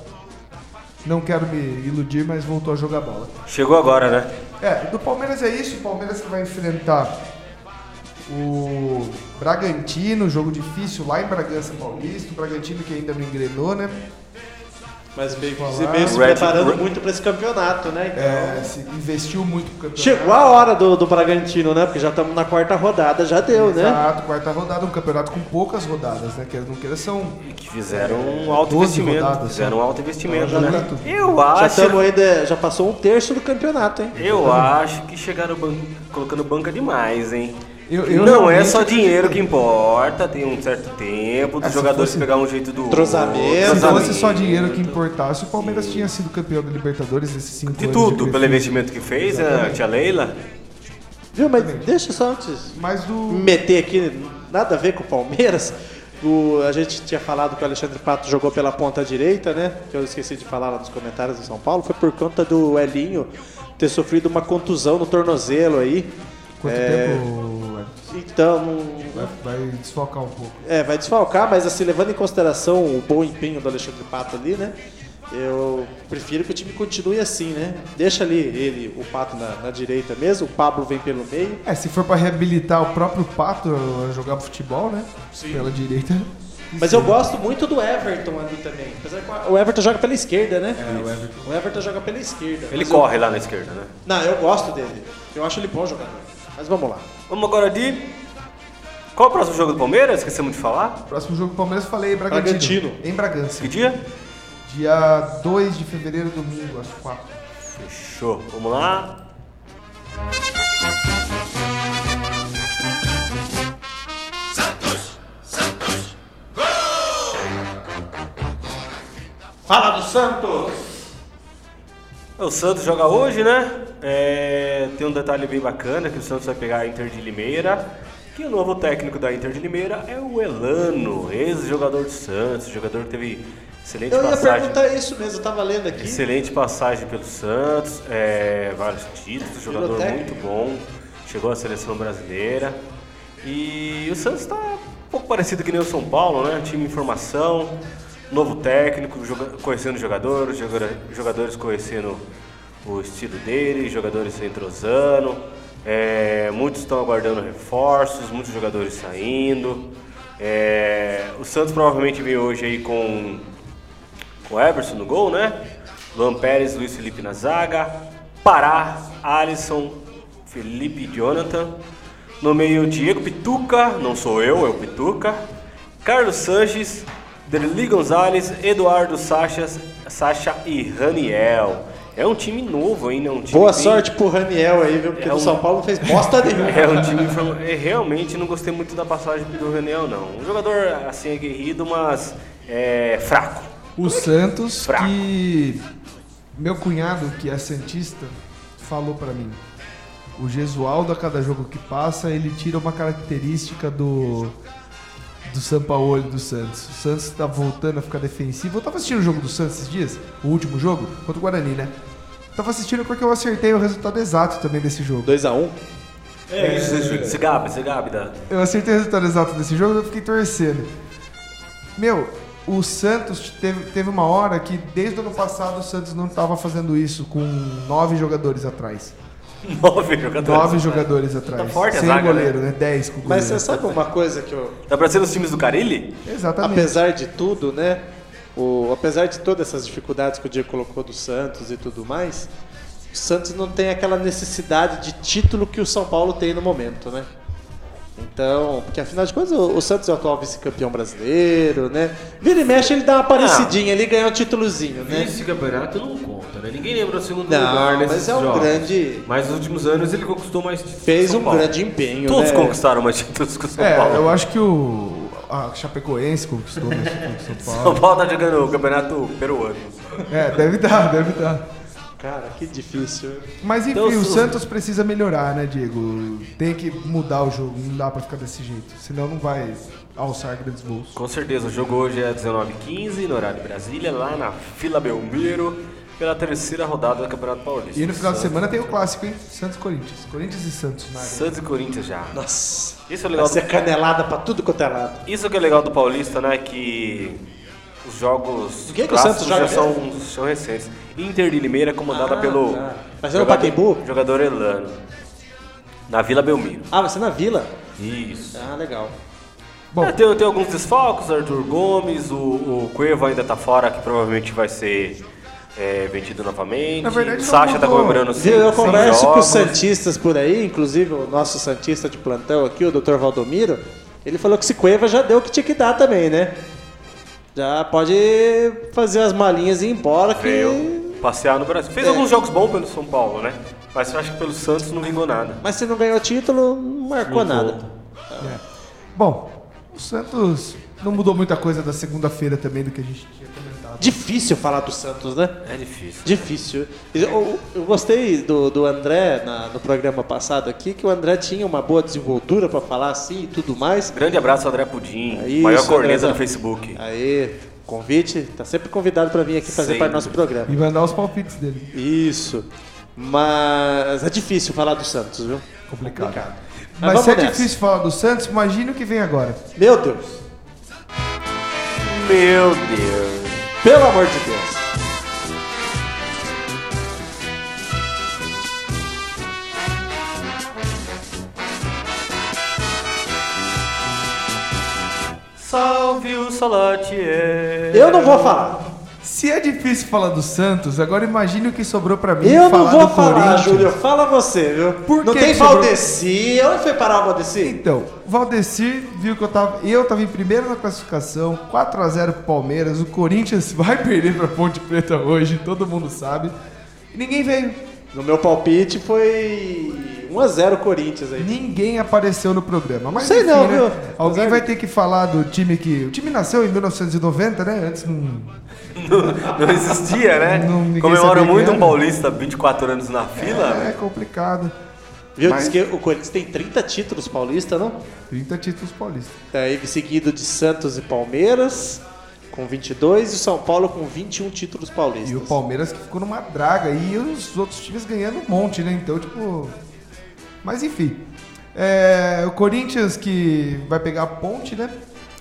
[SPEAKER 4] Não quero me iludir, mas voltou a jogar bola.
[SPEAKER 3] Chegou agora, né?
[SPEAKER 4] É, do Palmeiras é isso. O Palmeiras que vai enfrentar o Bragantino, jogo difícil lá em Bragança Paulista. O Bragantino que ainda não engrenou, né?
[SPEAKER 2] Mas meio que
[SPEAKER 4] Falar.
[SPEAKER 2] se, meio se
[SPEAKER 3] Red-
[SPEAKER 2] preparando
[SPEAKER 3] Red-
[SPEAKER 2] muito pra esse campeonato, né? Então,
[SPEAKER 4] É, se investiu muito pro campeonato.
[SPEAKER 2] Chegou a hora do, do Bragantino, né? Porque já estamos na quarta rodada, já deu, né?
[SPEAKER 4] Exato, quarta rodada, um campeonato com poucas rodadas, né? Que não queira são.
[SPEAKER 3] Que fizeram um alto
[SPEAKER 4] 12
[SPEAKER 3] investimento.
[SPEAKER 4] rodadas,
[SPEAKER 3] fizeram
[SPEAKER 4] só.
[SPEAKER 3] um alto investimento,
[SPEAKER 4] Então, já
[SPEAKER 3] né?
[SPEAKER 4] tá tudo.
[SPEAKER 3] Eu
[SPEAKER 2] Já
[SPEAKER 3] acho.
[SPEAKER 2] estamos ainda. Já passou um terço do campeonato, hein?
[SPEAKER 3] Eu acho que chegaram ban- colocando banca demais, hein?
[SPEAKER 4] Eu- eu
[SPEAKER 3] não é
[SPEAKER 4] realmente
[SPEAKER 3] só
[SPEAKER 4] acredito.
[SPEAKER 3] dinheiro que importa, tem um certo tempo dos
[SPEAKER 4] Ah, se
[SPEAKER 3] jogadores
[SPEAKER 4] fosse-
[SPEAKER 3] pegar um jeito do
[SPEAKER 2] Entrosamento.
[SPEAKER 3] outro,
[SPEAKER 2] Se
[SPEAKER 4] Se
[SPEAKER 3] entrosamento.
[SPEAKER 4] fosse só dinheiro que importasse, o Palmeiras tinha sido campeão da Libertadores nesses cinco
[SPEAKER 3] De
[SPEAKER 4] anos.
[SPEAKER 3] tudo, pelo
[SPEAKER 4] perfil.
[SPEAKER 3] investimento que fez, né, a tia Leila.
[SPEAKER 2] Viu? Mas deixa só antes
[SPEAKER 4] Mas o.
[SPEAKER 2] meter aqui, nada a ver com o Palmeiras. O- a gente tinha falado que o Alexandre Pato jogou pela ponta direita, né? Que eu esqueci de falar lá nos comentários do São Paulo. Foi por conta do Elinho ter sofrido uma contusão no tornozelo aí.
[SPEAKER 4] Quanto
[SPEAKER 2] É,
[SPEAKER 4] tempo Alex?
[SPEAKER 2] Então, não-
[SPEAKER 4] vai, vai desfocar um pouco?
[SPEAKER 2] É, vai desfalcar, mas assim, levando em consideração o bom empenho do Alexandre Pato ali, né? Eu prefiro que o time continue assim, né? Deixa ali ele, o Pato na, na direita mesmo, o Pablo vem pelo meio.
[SPEAKER 4] É, se for pra reabilitar o próprio Pato a jogar futebol, né? Pela direita.
[SPEAKER 2] Mas eu gosto muito do Everton ali também. Apesar que o Everton joga pela esquerda, né? É, o Everton. O Everton joga pela esquerda.
[SPEAKER 3] Ele
[SPEAKER 2] Mas eu-
[SPEAKER 3] corre lá na esquerda, né?
[SPEAKER 2] Não, eu gosto dele. Eu acho ele bom jogador. Mas vamos lá.
[SPEAKER 3] Vamos agora de. Qual o próximo jogo do Palmeiras? Esquecemos de falar?
[SPEAKER 4] Próximo jogo do Palmeiras, falei, Bragantino.
[SPEAKER 2] Bragantino.
[SPEAKER 4] Em Bragança.
[SPEAKER 3] Que dia?
[SPEAKER 4] Dia 2 de fevereiro, domingo, às 4.
[SPEAKER 3] Fechou. Vamos lá.
[SPEAKER 2] Fala do Santos!
[SPEAKER 3] É, O Santos joga hoje, né? É, tem um detalhe bem bacana que o Santos vai pegar a Inter de Limeira. Que o novo técnico da Inter de Limeira é o Elano, ex-jogador do Santos, jogador que teve excelente
[SPEAKER 2] Eu ia
[SPEAKER 3] passagem.
[SPEAKER 2] perguntar isso mesmo, eu tava lendo aqui.
[SPEAKER 3] É, Excelente passagem pelo Santos, é, vários títulos, jogador
[SPEAKER 2] técnico.
[SPEAKER 3] muito bom, chegou à seleção brasileira. E o Santos está um pouco parecido que nem o São Paulo, né? Time em formação, novo técnico, joga- conhecendo jogadores, joga- jogadores conhecendo o estilo dele, jogadores se entrosando. é, muitos estão aguardando reforços, muitos jogadores saindo. É, o Santos provavelmente veio hoje aí com o Everson no gol, né? Luan Pérez, Luiz Felipe na zaga. Pará, Alisson, Felipe e Jonathan. No meio, Diego Pituca, não sou eu, é o Pituca. Carlos Sanches, Derli Gonzalez, Eduardo Sachas, Sacha e Raniel. É um time novo ainda, é um time
[SPEAKER 2] Boa
[SPEAKER 3] bem-
[SPEAKER 2] sorte pro Raniel aí, viu? Porque
[SPEAKER 3] É
[SPEAKER 2] o
[SPEAKER 3] um-
[SPEAKER 2] São Paulo não fez bosta nenhuma.
[SPEAKER 3] É um time inform- eu realmente não gostei muito da passagem do Raniel, não. Um jogador assim aguerrido, mas é, fraco.
[SPEAKER 4] O Santos,
[SPEAKER 3] Fraco.
[SPEAKER 4] que meu cunhado, que é Santista, falou pra mim. O Gesualdo, a cada jogo que passa, ele tira uma característica do do Sampaoli e do Santos. O Santos tá voltando a ficar defensivo. Eu tava assistindo o jogo do Santos esses dias, o último jogo, contra o Guarani, né? Tava assistindo porque eu acertei o resultado exato também desse jogo.
[SPEAKER 2] 2x1. Um.
[SPEAKER 3] É, se gabe, se gabe da,
[SPEAKER 4] Eu acertei o resultado exato desse jogo, eu fiquei torcendo. Meu, o Santos teve, teve uma hora que desde o ano passado o Santos não estava fazendo isso com nove jogadores atrás.
[SPEAKER 3] Nove jogadores.
[SPEAKER 4] Nove jogadores atrás.
[SPEAKER 3] Tá forte a
[SPEAKER 4] Sem
[SPEAKER 3] zaga, é
[SPEAKER 4] goleiro, né? Dez com o
[SPEAKER 2] Mas
[SPEAKER 4] goleiro.
[SPEAKER 2] você sabe uma coisa que eu,
[SPEAKER 3] Tá parecendo os times do Carilli?
[SPEAKER 4] Exatamente.
[SPEAKER 2] apesar de tudo, né? O, apesar de todas essas dificuldades que o Diego colocou do Santos e tudo mais, o Santos não tem aquela necessidade de título que o São Paulo tem no momento, né? Então, porque afinal de contas, o, o Santos é o atual vice-campeão brasileiro, né? Vira e mexe, ele dá uma parecidinha, ele ganha um títulozinho, né?
[SPEAKER 6] Esse campeonato não conta, né? Ninguém lembra o segundo
[SPEAKER 2] Não,
[SPEAKER 6] lugar
[SPEAKER 2] mas
[SPEAKER 6] nesses
[SPEAKER 2] é um
[SPEAKER 6] jogos.
[SPEAKER 2] grande-
[SPEAKER 6] Mas nos últimos anos ele conquistou mais títulos que
[SPEAKER 2] Fez
[SPEAKER 6] São
[SPEAKER 2] um
[SPEAKER 6] Paulo.
[SPEAKER 2] grande empenho,
[SPEAKER 3] Todos
[SPEAKER 2] né?
[SPEAKER 3] conquistaram mais títulos que o São Paulo.
[SPEAKER 4] É, eu acho que o a Chapecoense conquistou mais títulos que o São Paulo.
[SPEAKER 3] São Paulo tá jogando o campeonato peruano.
[SPEAKER 4] É, deve dar, deve dar.
[SPEAKER 2] Cara, que difícil.
[SPEAKER 4] Mas enfim,
[SPEAKER 3] Então,
[SPEAKER 4] o
[SPEAKER 3] se-
[SPEAKER 4] Santos precisa melhorar, né, Diego? Tem que mudar o jogo, não dá pra ficar desse jeito. Senão não vai alçar grandes voos.
[SPEAKER 3] Com certeza, o jogo hoje é 19h15, no horário de Brasília, lá na Vila Belmiro, pela terceira rodada do Campeonato Paulista.
[SPEAKER 4] E no final de
[SPEAKER 3] Santos-
[SPEAKER 4] semana tem o clássico, hein? Santos e Corinthians. Corinthians e Santos né? na arena.
[SPEAKER 3] Santos e Corinthians já.
[SPEAKER 2] Nossa.
[SPEAKER 3] Isso é
[SPEAKER 2] Vai
[SPEAKER 3] legal.
[SPEAKER 2] ser canelada pra tudo quanto é lado.
[SPEAKER 3] Isso que é legal do Paulista, né? Que os jogos
[SPEAKER 2] O que é que o Santos
[SPEAKER 3] clássicos
[SPEAKER 2] joga
[SPEAKER 3] já são, são recentes. Inter de Limeira, comandada
[SPEAKER 2] Ah,
[SPEAKER 3] pelo
[SPEAKER 2] tá. Mas é no Pacaembu?
[SPEAKER 3] jogador Elano, na Vila Belmiro.
[SPEAKER 2] Ah, você é na vila?
[SPEAKER 3] Isso.
[SPEAKER 2] Ah, legal.
[SPEAKER 4] Bom,
[SPEAKER 3] É, tem, tem alguns desfalques, Arthur Gomes, o, o Cuervo ainda tá fora, que provavelmente vai ser é, vendido novamente.
[SPEAKER 4] Na verdade, não
[SPEAKER 3] Sacha tá
[SPEAKER 4] mudou.
[SPEAKER 3] comemorando
[SPEAKER 2] Viu, eu
[SPEAKER 3] cinco
[SPEAKER 2] converso com
[SPEAKER 3] jogos.
[SPEAKER 2] os Santistas por aí, inclusive o nosso Santista de plantão aqui, o Dr. Valdomiro, ele falou que esse Cueva já deu o que tinha que dar também, né? Já pode fazer as malinhas e ir embora que...
[SPEAKER 3] Veio passear no Brasil. Fez
[SPEAKER 2] É.
[SPEAKER 3] alguns jogos bons pelo São Paulo, né? Mas eu acho que pelo Santos não vingou nada.
[SPEAKER 2] Mas se não ganhou título, não marcou nada.
[SPEAKER 4] é. Bom, o Santos não mudou muita coisa da segunda-feira também do que a gente tinha comentado.
[SPEAKER 2] Difícil falar do Santos, né?
[SPEAKER 3] É difícil.
[SPEAKER 2] Difícil. Eu, eu gostei do, do André na- no programa passado aqui, que o André tinha uma boa desenvoltura pra falar assim e tudo mais.
[SPEAKER 3] Grande abraço, André Pudim,
[SPEAKER 4] É
[SPEAKER 2] Isso,
[SPEAKER 3] maior corneta
[SPEAKER 2] Andrezão.
[SPEAKER 3] do Facebook.
[SPEAKER 2] Aí, convite, tá sempre convidado pra vir aqui fazer
[SPEAKER 3] Sempre.
[SPEAKER 2] parte do nosso programa.
[SPEAKER 4] E vai dar os palpites dele.
[SPEAKER 2] Isso. Mas é difícil falar do Santos, viu?
[SPEAKER 4] Complicado.
[SPEAKER 2] Mas
[SPEAKER 4] Mas, se é
[SPEAKER 2] vamos nessa.
[SPEAKER 4] difícil falar do Santos, imagina o que vem agora.
[SPEAKER 2] Meu Deus.
[SPEAKER 3] Meu Deus.
[SPEAKER 2] Pelo amor de Deus.
[SPEAKER 3] Salve o Salatier.
[SPEAKER 2] Eu não vou falar.
[SPEAKER 4] Se é difícil falar do Santos, agora imagine o que sobrou pra mim
[SPEAKER 2] Eu não
[SPEAKER 4] falar
[SPEAKER 2] vou
[SPEAKER 4] do
[SPEAKER 2] falar,
[SPEAKER 4] Corinthians.
[SPEAKER 2] Júlio. Fala você, viu?
[SPEAKER 4] Por
[SPEAKER 2] não
[SPEAKER 4] que
[SPEAKER 2] tem
[SPEAKER 4] que sobrou?
[SPEAKER 2] Valdeci. Onde foi parar o Valdeci?
[SPEAKER 4] Então, o Valdecir viu que eu tava. Eu tava em primeiro na classificação, 4x0 pro Palmeiras. O Corinthians vai perder pra Ponte Preta hoje, todo mundo sabe. E ninguém veio.
[SPEAKER 2] No meu palpite foi 1x0 Corinthians aí.
[SPEAKER 4] Ninguém apareceu no programa. Mas
[SPEAKER 2] Sei
[SPEAKER 4] enfim,
[SPEAKER 2] não,
[SPEAKER 4] né?
[SPEAKER 2] viu?
[SPEAKER 4] Alguém
[SPEAKER 2] Apesar
[SPEAKER 4] vai
[SPEAKER 2] de-
[SPEAKER 4] ter que falar do time que. O time nasceu em 1990, né? Antes não.
[SPEAKER 3] Não existia, né?
[SPEAKER 4] Não, ninguém
[SPEAKER 3] Comemora
[SPEAKER 4] sabia quem
[SPEAKER 3] muito um
[SPEAKER 4] era.
[SPEAKER 3] paulista 24 anos na fila.
[SPEAKER 4] É
[SPEAKER 3] né?
[SPEAKER 4] complicado.
[SPEAKER 2] Viu? Diz
[SPEAKER 4] Mas-
[SPEAKER 2] que o Corinthians tem 30 títulos paulista, não?
[SPEAKER 4] 30 títulos paulistas.
[SPEAKER 2] Daí seguido de Santos e Palmeiras com 22 e o São Paulo com 21 títulos paulistas.
[SPEAKER 4] E o Palmeiras que ficou numa draga e os outros times ganhando um monte, né? Então, tipo. Mas enfim. É, o Corinthians que vai pegar a ponte, né?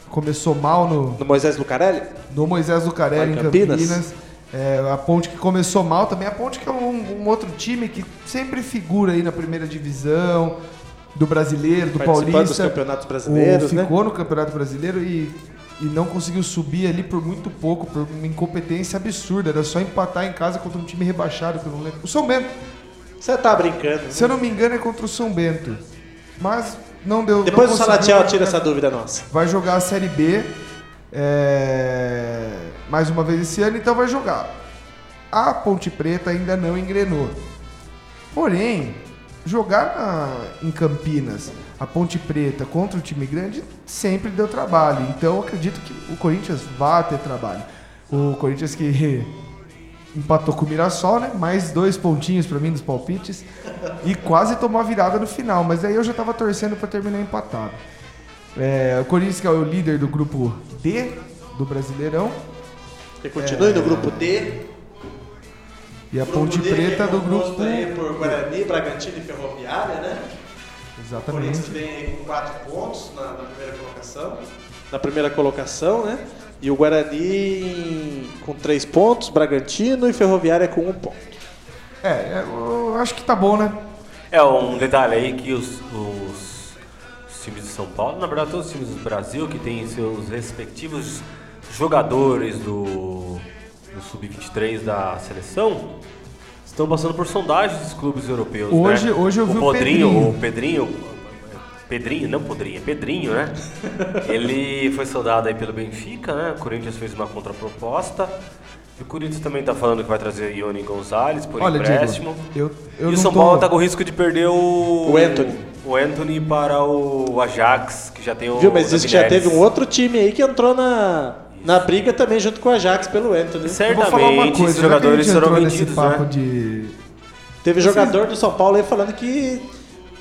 [SPEAKER 4] Começou mal no,
[SPEAKER 2] No Moisés Lucarelli?
[SPEAKER 4] no Moisés Lucarelli em
[SPEAKER 2] Lá em
[SPEAKER 4] Campinas.
[SPEAKER 2] Campinas.
[SPEAKER 4] É, a ponte que começou mal também. A ponte que é um, um outro time que sempre figura aí na primeira divisão do brasileiro, do
[SPEAKER 2] Participando
[SPEAKER 4] paulista.
[SPEAKER 2] dos campeonatos brasileiros,
[SPEAKER 4] O-
[SPEAKER 2] né?
[SPEAKER 4] ficou no campeonato brasileiro e, e não conseguiu subir ali por muito pouco, por uma incompetência absurda. Era só empatar em casa contra um time rebaixado, que eu não lembro. O São Bento,
[SPEAKER 2] Você tá brincando. né?
[SPEAKER 4] se eu não me engano, é contra o São Bento. Mas não deu.
[SPEAKER 2] Depois
[SPEAKER 4] não
[SPEAKER 2] o
[SPEAKER 4] conseguiu
[SPEAKER 2] Salatiel
[SPEAKER 4] jogar.
[SPEAKER 2] tira essa dúvida nossa.
[SPEAKER 4] Vai jogar a Série B é, mais uma vez esse ano, então vai jogar. A Ponte Preta ainda não engrenou. Porém, jogar na- em Campinas a Ponte Preta contra o time grande sempre deu trabalho. Então eu acredito que o Corinthians vá ter trabalho. O Corinthians que empatou com o Mirassol, né? Mais dois pontinhos pra mim dos palpites. E quase tomou a virada no final, mas aí eu já tava torcendo pra terminar empatado. É, o Corinthians que é o líder do grupo D do Brasileirão É.
[SPEAKER 2] Você continue no grupo D.
[SPEAKER 4] e a Ponte
[SPEAKER 2] Grupo D, que é
[SPEAKER 4] Preta do
[SPEAKER 2] composto
[SPEAKER 4] grupo
[SPEAKER 2] aí por Guarani, Bragantino e Ferroviária, né?
[SPEAKER 4] Tá
[SPEAKER 2] O Corinthians
[SPEAKER 4] Exatamente.
[SPEAKER 2] vem aí com 4 pontos na, na primeira colocação. Na primeira colocação, né? E o Guarani com 3 um pontos, Bragantino e Ferroviária com 1 ponto.
[SPEAKER 4] É, eu acho é, que tá bom, né?
[SPEAKER 3] É um detalhe aí que os, os- os times de São Paulo, na verdade todos os times do Brasil que têm seus respectivos jogadores do, do sub-23 da seleção estão passando por sondagens dos clubes europeus.
[SPEAKER 4] Hoje-
[SPEAKER 3] né?
[SPEAKER 4] hoje eu vi o
[SPEAKER 3] Podrinho,
[SPEAKER 4] Pedrinho.
[SPEAKER 3] o Pedrinho, Pedrinho, não Podrinho, é Pedrinho, né? Ele foi soldado aí pelo Benfica, né? O Corinthians fez uma contraproposta. E o Corinthians também tá falando que vai trazer Ione Gonzalez por
[SPEAKER 4] Olha, Diego,
[SPEAKER 3] empréstimo.
[SPEAKER 4] eu- eu
[SPEAKER 3] e o
[SPEAKER 4] não
[SPEAKER 3] São
[SPEAKER 4] tô-
[SPEAKER 3] Paulo tá com risco de perder o.
[SPEAKER 2] O Anthony.
[SPEAKER 3] O Anthony para o Ajax, que já tem o.
[SPEAKER 2] Viu? Mas diz
[SPEAKER 3] isso
[SPEAKER 2] que já teve um outro time aí que entrou na, na briga também junto com o Ajax pelo Anthony.
[SPEAKER 4] Eu vou falar uma
[SPEAKER 3] Certamente, os
[SPEAKER 4] coisa, já que a
[SPEAKER 3] jogadores
[SPEAKER 4] gente
[SPEAKER 3] serão
[SPEAKER 4] entrou nesse
[SPEAKER 3] vendidos,
[SPEAKER 4] papo
[SPEAKER 3] né?
[SPEAKER 4] de...
[SPEAKER 2] Teve jogador do São Paulo aí falando que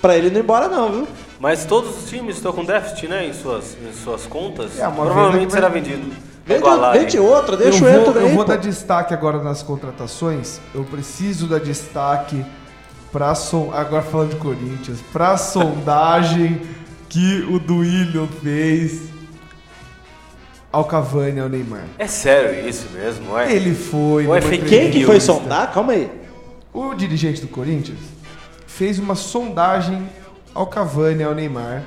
[SPEAKER 2] pra ele não ir embora não, viu?
[SPEAKER 3] Mas todos os times estão com déficit, né? Em suas, em suas contas.
[SPEAKER 4] É, uma
[SPEAKER 3] Provavelmente
[SPEAKER 4] venda que
[SPEAKER 3] será
[SPEAKER 4] vai-
[SPEAKER 3] vendido. Vai
[SPEAKER 2] Vende,
[SPEAKER 3] igualar,
[SPEAKER 2] vende
[SPEAKER 3] hein?
[SPEAKER 2] outro, deixa o
[SPEAKER 4] eu vou,
[SPEAKER 2] Anthony
[SPEAKER 4] eu
[SPEAKER 2] aí.
[SPEAKER 4] vou
[SPEAKER 2] pô.
[SPEAKER 4] dar destaque agora nas contratações. Eu preciso dar destaque para son... agora falando de Corinthians, para sondagem que o Duílio fez ao Cavani e ao Neymar.
[SPEAKER 3] É sério isso mesmo, é?
[SPEAKER 4] Ele foi.
[SPEAKER 3] Ué,
[SPEAKER 4] numa
[SPEAKER 3] foi quem
[SPEAKER 2] Quem que foi
[SPEAKER 4] entrevista.
[SPEAKER 2] sondar? Calma aí.
[SPEAKER 4] O dirigente do Corinthians fez uma sondagem ao Cavani e ao Neymar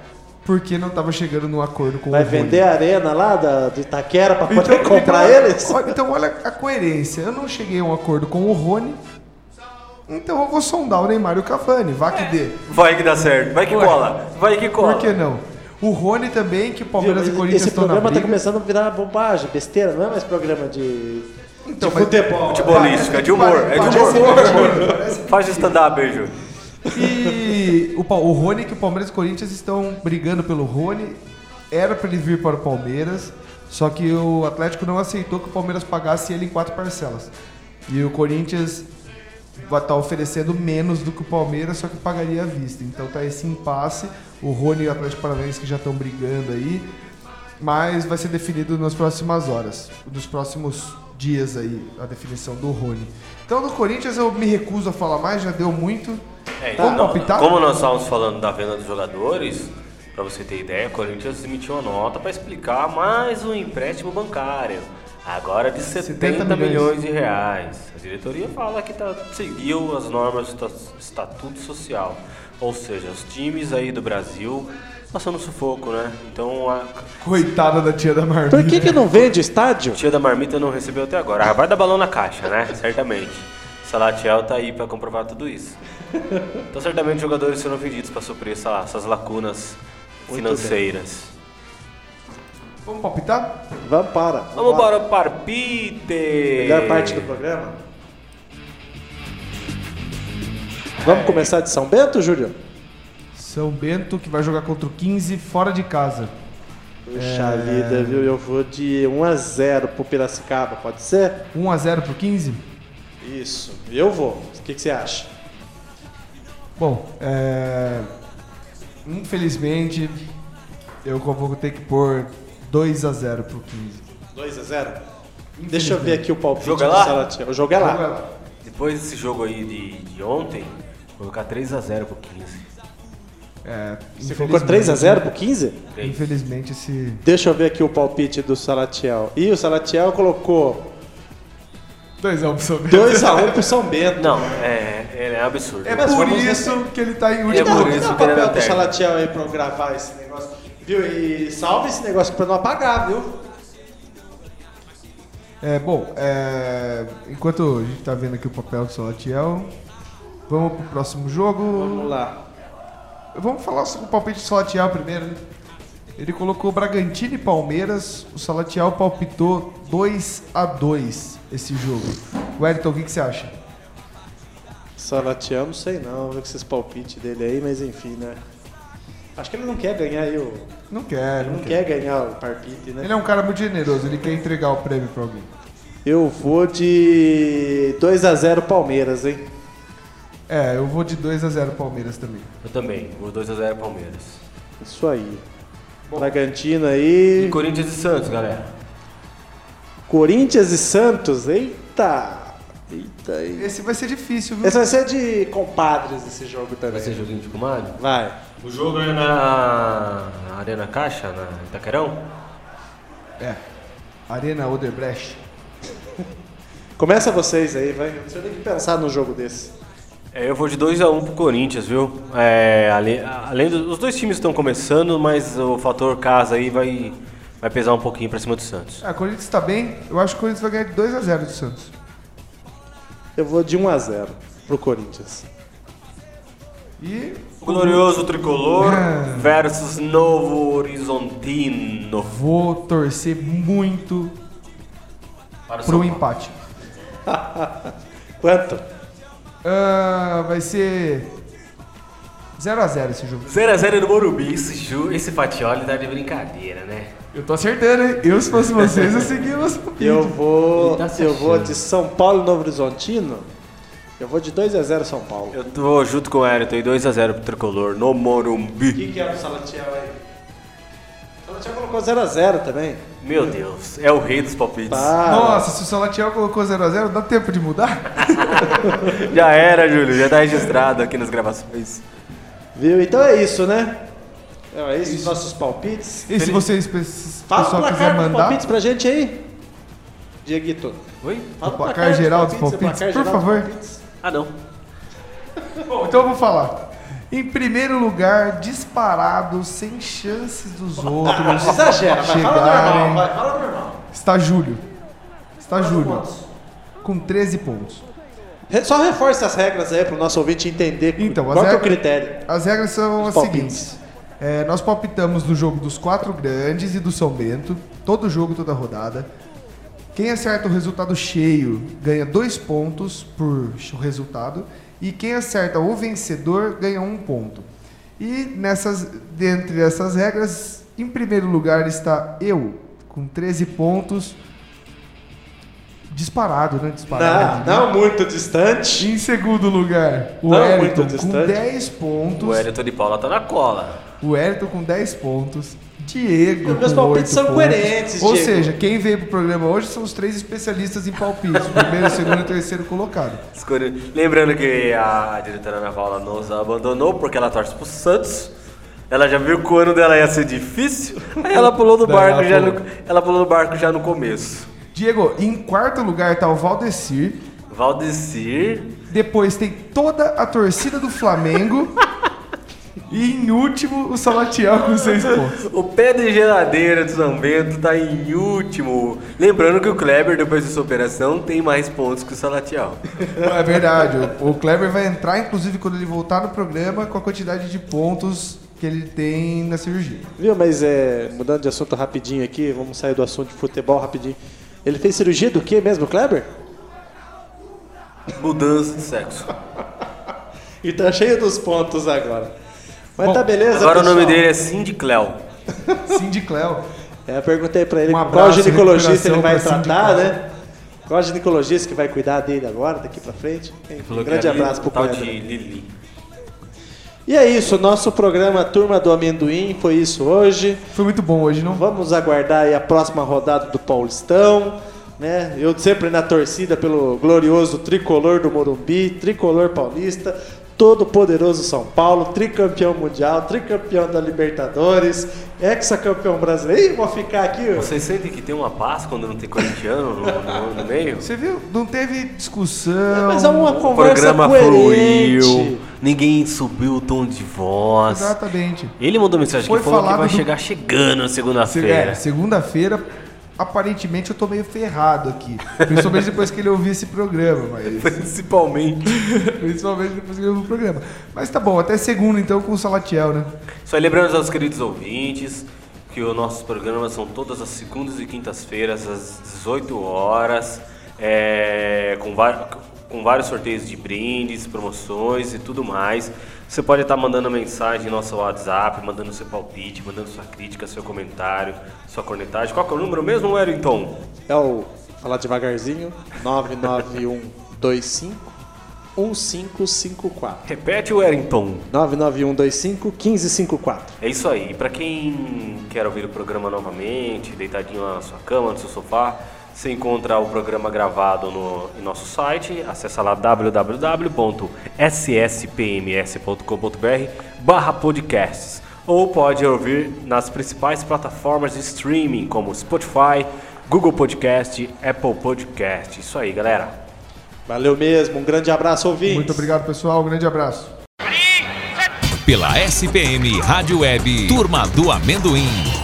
[SPEAKER 4] porque não estava chegando num acordo com
[SPEAKER 2] Vai
[SPEAKER 4] o Rony.
[SPEAKER 2] vender a arena lá da, de Itaquera pra poder
[SPEAKER 4] Então-
[SPEAKER 2] comprar
[SPEAKER 4] então,
[SPEAKER 2] eles?
[SPEAKER 4] olha- Então olha a coerência. Eu não cheguei a um acordo com o Rony, então eu vou sondar o Neymar e o Cavani. Vá que dê.
[SPEAKER 3] Vai que dá certo, vai que cola, vai que cola.
[SPEAKER 4] Por que não? O Rony também, que Palmeiras e
[SPEAKER 2] Viu,
[SPEAKER 4] Corinthians
[SPEAKER 2] Esse
[SPEAKER 4] estão na
[SPEAKER 2] programa tá
[SPEAKER 4] briga.
[SPEAKER 2] começando a virar bobagem, besteira, não é mais programa de,
[SPEAKER 4] Então,
[SPEAKER 2] de
[SPEAKER 4] mas-
[SPEAKER 2] futebol.
[SPEAKER 3] Futebolístico, é de humor, é de
[SPEAKER 4] Parece-
[SPEAKER 3] humor. Faz o stand-up, aí, Ju.
[SPEAKER 4] E o, Pa- o Rony, que o Palmeiras e o Corinthians estão brigando pelo Rony. Era pra ele vir para o Palmeiras, só que o Atlético não aceitou que o Palmeiras pagasse ele em quatro parcelas. E o Corinthians vai estar oferecendo menos do que o Palmeiras, só que pagaria à vista. Então tá esse impasse. O Rony e o Atlético Paranaense que já estão brigando aí. Mas vai ser definido nas próximas horas, nos próximos dias aí, a definição do Rony. Então do Corinthians eu me recuso a falar mais, já deu muito.
[SPEAKER 3] É,
[SPEAKER 4] Vamos
[SPEAKER 3] não,
[SPEAKER 4] palpitar?
[SPEAKER 3] como nós estávamos falando da venda dos jogadores, pra você ter ideia, o Corinthians emitiu uma nota pra explicar mais um empréstimo bancário. Agora de 70,
[SPEAKER 4] 70 milhões.
[SPEAKER 3] milhões. de reais. A diretoria fala que tá, seguiu as normas do esta- Estatuto Social. Ou seja, os times aí do Brasil passando sufoco, né? Então a
[SPEAKER 4] Coitada da tia da Marmita.
[SPEAKER 2] Por que Então, que não vende estádio?
[SPEAKER 3] tia da marmita não recebeu até agora. Ah, vai dar balão na caixa, né? Certamente. Salatiel tá aí pra comprovar tudo isso. Então certamente os jogadores serão vendidos pra suprir essa- essas lacunas financeiras.
[SPEAKER 4] Vamos palpitar?
[SPEAKER 2] Vamos para.
[SPEAKER 3] Vamos
[SPEAKER 2] lá.
[SPEAKER 3] para o parpite!
[SPEAKER 2] Melhor parte do programa. Vamos começar de São Bento, Júlio?
[SPEAKER 4] São Bento que vai jogar contra o 15 fora de casa.
[SPEAKER 2] Puxa
[SPEAKER 4] É.
[SPEAKER 2] vida, viu? Eu vou de 1 a 0 pro Piracicaba, pode ser?
[SPEAKER 4] 1 a 0 pro 15.
[SPEAKER 2] Isso, eu vou. O que, que você acha?
[SPEAKER 4] Bom, é... infelizmente eu vou ter que pôr 2 a 0 pro 15.
[SPEAKER 2] 2 a 0 Deixa eu ver aqui o palpite
[SPEAKER 3] Joga
[SPEAKER 2] do
[SPEAKER 3] lá?
[SPEAKER 2] Salatiel. O jogo é
[SPEAKER 4] Joga
[SPEAKER 2] lá.
[SPEAKER 4] lá.
[SPEAKER 3] Depois desse jogo aí de, de ontem, vou colocar 3x0 pro 15.
[SPEAKER 4] É,
[SPEAKER 2] Você
[SPEAKER 4] infelizmente-
[SPEAKER 2] colocou 3 a 0 pro 15?
[SPEAKER 4] Infelizmente esse
[SPEAKER 2] Deixa eu ver aqui o palpite do Salatiel. E o Salatiel colocou
[SPEAKER 4] 2 a 1 pro São Bento.
[SPEAKER 2] 2 a 1 pro São Bento.
[SPEAKER 3] Não, é, é, é absurdo.
[SPEAKER 4] É
[SPEAKER 2] Mas
[SPEAKER 4] por
[SPEAKER 2] vamos-
[SPEAKER 4] isso que ele tá em
[SPEAKER 2] Me
[SPEAKER 4] último.
[SPEAKER 2] dá,
[SPEAKER 3] por
[SPEAKER 2] me
[SPEAKER 3] isso
[SPEAKER 2] dá o
[SPEAKER 3] que ele
[SPEAKER 2] papel
[SPEAKER 3] é
[SPEAKER 2] do
[SPEAKER 3] lanterna.
[SPEAKER 2] Salatiel aí pra eu gravar esse negócio. Viu? E salve esse negócio pra não apagar, viu?
[SPEAKER 4] É, bom, é, enquanto a gente tá vendo aqui o papel do Salatiel, vamos pro próximo jogo.
[SPEAKER 2] Vamos lá.
[SPEAKER 4] Vamos falar sobre o palpite do Salatiel primeiro, né? Ele colocou Bragantino e Palmeiras. O Salatiel palpitou 2 a 2 esse jogo. Wellington, o que, que você acha?
[SPEAKER 2] Salatiel, não sei não, viu com esses palpites dele aí, mas enfim, né? Acho que ele não quer ganhar aí o.
[SPEAKER 4] Não quer,
[SPEAKER 2] Ele
[SPEAKER 4] não,
[SPEAKER 2] não
[SPEAKER 4] quer.
[SPEAKER 2] quer ganhar o palpite, né?
[SPEAKER 4] Ele é um cara muito generoso, ele quer entregar o prêmio pra alguém.
[SPEAKER 2] Eu vou de 2x0 Palmeiras, hein?
[SPEAKER 4] É, eu vou de 2 a 0 Palmeiras também.
[SPEAKER 3] Eu também, vou 2x0 Palmeiras.
[SPEAKER 2] Isso aí. Bragantino aí.
[SPEAKER 3] E Corinthians e Santos, galera.
[SPEAKER 2] Corinthians e Santos, eita! Eita aí.
[SPEAKER 4] Esse vai ser difícil, viu?
[SPEAKER 2] Esse vai ser de compadres esse jogo também.
[SPEAKER 3] Vai ser joguinho de comadre?
[SPEAKER 2] Vai.
[SPEAKER 3] O jogo é na na Arena Caixa, na Itaquerão?
[SPEAKER 4] É. Arena Oderbrecht.
[SPEAKER 2] Começa vocês aí, vai. Não precisa nem pensar num jogo desse.
[SPEAKER 3] É, eu vou de 2x1 pro Corinthians, viu? É, ale- a- além dos os dois times estão começando, mas o fator casa aí vai, vai pesar um pouquinho pra cima do Santos.
[SPEAKER 4] Ah, o Corinthians tá bem. Eu acho que o Corinthians vai ganhar de 2x0 do Santos.
[SPEAKER 2] Eu vou de 1 a 0 pro Corinthians.
[SPEAKER 4] E
[SPEAKER 3] O glorioso tricolor
[SPEAKER 4] É.
[SPEAKER 3] versus Novo Horizontino.
[SPEAKER 4] vou torcer muito
[SPEAKER 6] Para o São
[SPEAKER 4] pro
[SPEAKER 6] Paulo.
[SPEAKER 4] empate.
[SPEAKER 2] Quanto?
[SPEAKER 4] Ah, vai ser 0x0 esse jogo.
[SPEAKER 6] 0x0 no Morumbi, esse, ju... esse Fatioli tá de brincadeira, né?
[SPEAKER 4] Eu tô acertando, hein? Eu, se fosse vocês, eu seguia meus palpites.
[SPEAKER 2] Eu vou,
[SPEAKER 6] Ele tá se
[SPEAKER 2] eu vou
[SPEAKER 6] achando.
[SPEAKER 2] de São Paulo e Novo Horizontino. Eu vou de 2 a 0 São Paulo.
[SPEAKER 3] Eu tô junto com o Ayrton aí, 2x0 pro tricolor no Morumbi.
[SPEAKER 2] que era o Salatiel aí? O Salatiel colocou 0 a 0 também.
[SPEAKER 3] Meu Deus, é o rei dos palpites.
[SPEAKER 4] Ah.
[SPEAKER 2] Para.
[SPEAKER 4] Nossa, se o Salatiel colocou 0x0, dá tempo de mudar?
[SPEAKER 3] Já era, Júlio, já tá registrado aqui nas gravações.
[SPEAKER 2] Viu? Então é isso, né? Então é isso, os nossos palpites.
[SPEAKER 4] E se vocês, pe- se o
[SPEAKER 2] Fala o
[SPEAKER 4] pessoal quiser
[SPEAKER 2] placar dos
[SPEAKER 4] mandar,
[SPEAKER 2] palpites pra gente aí. Dieguito.
[SPEAKER 6] Oi?
[SPEAKER 2] Fala
[SPEAKER 4] O placar geral dos
[SPEAKER 2] o
[SPEAKER 4] palpites,
[SPEAKER 2] placar
[SPEAKER 4] por
[SPEAKER 2] geral dos
[SPEAKER 4] favor.
[SPEAKER 2] palpites.
[SPEAKER 6] Ah, não.
[SPEAKER 4] Bom, então eu vou falar. Em primeiro lugar, disparado, sem chances dos outros.
[SPEAKER 2] Ah, não exagera, vai, fala
[SPEAKER 4] chegarem.
[SPEAKER 2] normal, vai, fala normal.
[SPEAKER 4] Está Júlio. Está Júlio.
[SPEAKER 2] pontos?
[SPEAKER 4] Com 13 pontos.
[SPEAKER 2] Re- Só reforça as regras aí pro nosso ouvinte entender
[SPEAKER 4] Então,
[SPEAKER 2] qual
[SPEAKER 4] as
[SPEAKER 2] que é o
[SPEAKER 4] regras-
[SPEAKER 2] critério.
[SPEAKER 4] As regras são
[SPEAKER 2] Os
[SPEAKER 4] as
[SPEAKER 2] palpites.
[SPEAKER 4] seguintes. É, nós palpitamos no jogo dos quatro grandes e do São Bento. Todo jogo, toda rodada. Quem acerta o resultado cheio ganha dois pontos por ch- resultado. E quem acerta o vencedor ganha um ponto. E nessas, dentre essas regras, em primeiro lugar está eu, com 13 pontos. Disparado, né? Disparado.
[SPEAKER 2] Não, não muito distante.
[SPEAKER 4] Em segundo lugar, o
[SPEAKER 2] Não,
[SPEAKER 4] Wellington
[SPEAKER 2] muito
[SPEAKER 4] com
[SPEAKER 2] distante.
[SPEAKER 4] 10 pontos.
[SPEAKER 6] O Elton de Paula tá na cola.
[SPEAKER 4] O Wellington com 10 pontos. Diego.
[SPEAKER 2] Os meus
[SPEAKER 4] com
[SPEAKER 2] palpites
[SPEAKER 4] oito
[SPEAKER 2] são
[SPEAKER 4] pontos.
[SPEAKER 2] coerentes,
[SPEAKER 4] Ou
[SPEAKER 2] Diego.
[SPEAKER 4] seja, quem veio pro programa hoje são os três especialistas em palpites. o primeiro, o segundo e o terceiro colocado.
[SPEAKER 3] Escolhi- Lembrando que a diretora Ana Paula nos abandonou porque ela torce pro Santos. Ela já viu que o ano dela ia ser difícil. Aí ela pulou do
[SPEAKER 4] Daí
[SPEAKER 3] barco
[SPEAKER 4] ela
[SPEAKER 3] já no,
[SPEAKER 4] pulou.
[SPEAKER 3] ela pulou do barco já no começo.
[SPEAKER 4] Diego, em quarto lugar tá o Valdecir.
[SPEAKER 3] Valdecir.
[SPEAKER 4] Depois tem toda a torcida do Flamengo. e em último, o Salatiel com 6 pontos.
[SPEAKER 3] O pé de geladeira do São Bento tá em último. Lembrando que o Kleber, depois dessa operação, tem mais pontos que o Salatiel.
[SPEAKER 4] É verdade. O o Kleber vai entrar, inclusive, quando ele voltar no programa, com a quantidade de pontos que ele tem na cirurgia.
[SPEAKER 2] Viu, mas é, mudando de assunto rapidinho aqui, vamos sair do assunto de futebol rapidinho. Ele fez cirurgia do que mesmo, Kleber?
[SPEAKER 3] Mudança de sexo.
[SPEAKER 2] E tá cheio dos pontos agora. Mas tá beleza,
[SPEAKER 3] Agora o nome
[SPEAKER 2] pessoal?
[SPEAKER 3] dele é Cindy Cleo.
[SPEAKER 4] Cindy Cleo.
[SPEAKER 2] É, eu perguntei pra ele
[SPEAKER 4] Um
[SPEAKER 2] qual
[SPEAKER 4] abraço,
[SPEAKER 2] ginecologista ele
[SPEAKER 4] recuperação
[SPEAKER 2] vai
[SPEAKER 4] pra um.
[SPEAKER 2] tratar,
[SPEAKER 4] sindicato.
[SPEAKER 2] né? Qual ginecologista que vai cuidar dele agora, daqui pra frente? Enfim,
[SPEAKER 3] Falou
[SPEAKER 2] Um
[SPEAKER 3] que
[SPEAKER 2] grande
[SPEAKER 3] era
[SPEAKER 2] abraço pro
[SPEAKER 3] tal
[SPEAKER 2] Kleber.
[SPEAKER 3] de Lili.
[SPEAKER 2] E é isso, nosso programa Turma do Amendoim foi isso hoje.
[SPEAKER 4] Foi muito bom hoje, não?
[SPEAKER 2] Vamos aguardar aí a próxima rodada do Paulistão, né? Eu sempre na torcida pelo glorioso tricolor do Morumbi, tricolor paulista, todo poderoso São Paulo, tricampeão mundial, tricampeão da Libertadores, hexacampeão brasileiro. Ih, vou ficar aqui. ó.
[SPEAKER 6] Vocês sentem que tem uma paz quando não tem corintiano no, no- no meio?
[SPEAKER 4] Você viu? Não teve discussão.
[SPEAKER 2] Mas é uma
[SPEAKER 3] O
[SPEAKER 2] conversa
[SPEAKER 3] programa
[SPEAKER 2] coerente.
[SPEAKER 3] fluiu, ninguém subiu o tom de voz.
[SPEAKER 4] Exatamente.
[SPEAKER 6] Ele mandou mensagem
[SPEAKER 4] Foi
[SPEAKER 6] que falou que
[SPEAKER 4] falado
[SPEAKER 6] vai
[SPEAKER 4] do-
[SPEAKER 6] chegar chegando na
[SPEAKER 4] Se-
[SPEAKER 6] segunda-feira.
[SPEAKER 4] é, segunda-feira, aparentemente eu tô meio ferrado aqui. Principalmente depois que ele ouviu esse programa, mas.
[SPEAKER 3] Principalmente.
[SPEAKER 4] Principalmente depois que ele ouviu o programa. Mas tá bom, até segunda então com o Salatiel, né?
[SPEAKER 3] Só lembrando aos nossos queridos ouvintes que os nossos programas são todas as segundas e quintas-feiras, às 18 horas, é, com, va- com vários sorteios de brindes, promoções e tudo mais. Você pode estar mandando mensagem no nosso WhatsApp, mandando seu palpite, mandando sua crítica, seu comentário, sua cornetagem. Qual que é o número mesmo, Wellington?
[SPEAKER 2] É o falar devagarzinho, 99125 1554.
[SPEAKER 3] Repete, Wellington.
[SPEAKER 2] 99125 1554.
[SPEAKER 3] É isso aí. Pra quem quer ouvir o programa novamente, deitadinho na sua cama, no seu sofá, você encontra o programa gravado no em nosso site. Acessa lá www.sspms.com.br barra podcasts. Ou pode ouvir nas principais plataformas de streaming, como Spotify, Google Podcast, Apple Podcast. Isso aí, galera.
[SPEAKER 2] Valeu mesmo, um grande abraço, ouvintes.
[SPEAKER 4] Muito obrigado, pessoal. Um grande abraço.
[SPEAKER 1] Pela SPM Rádio Web, Turma do Amendoim.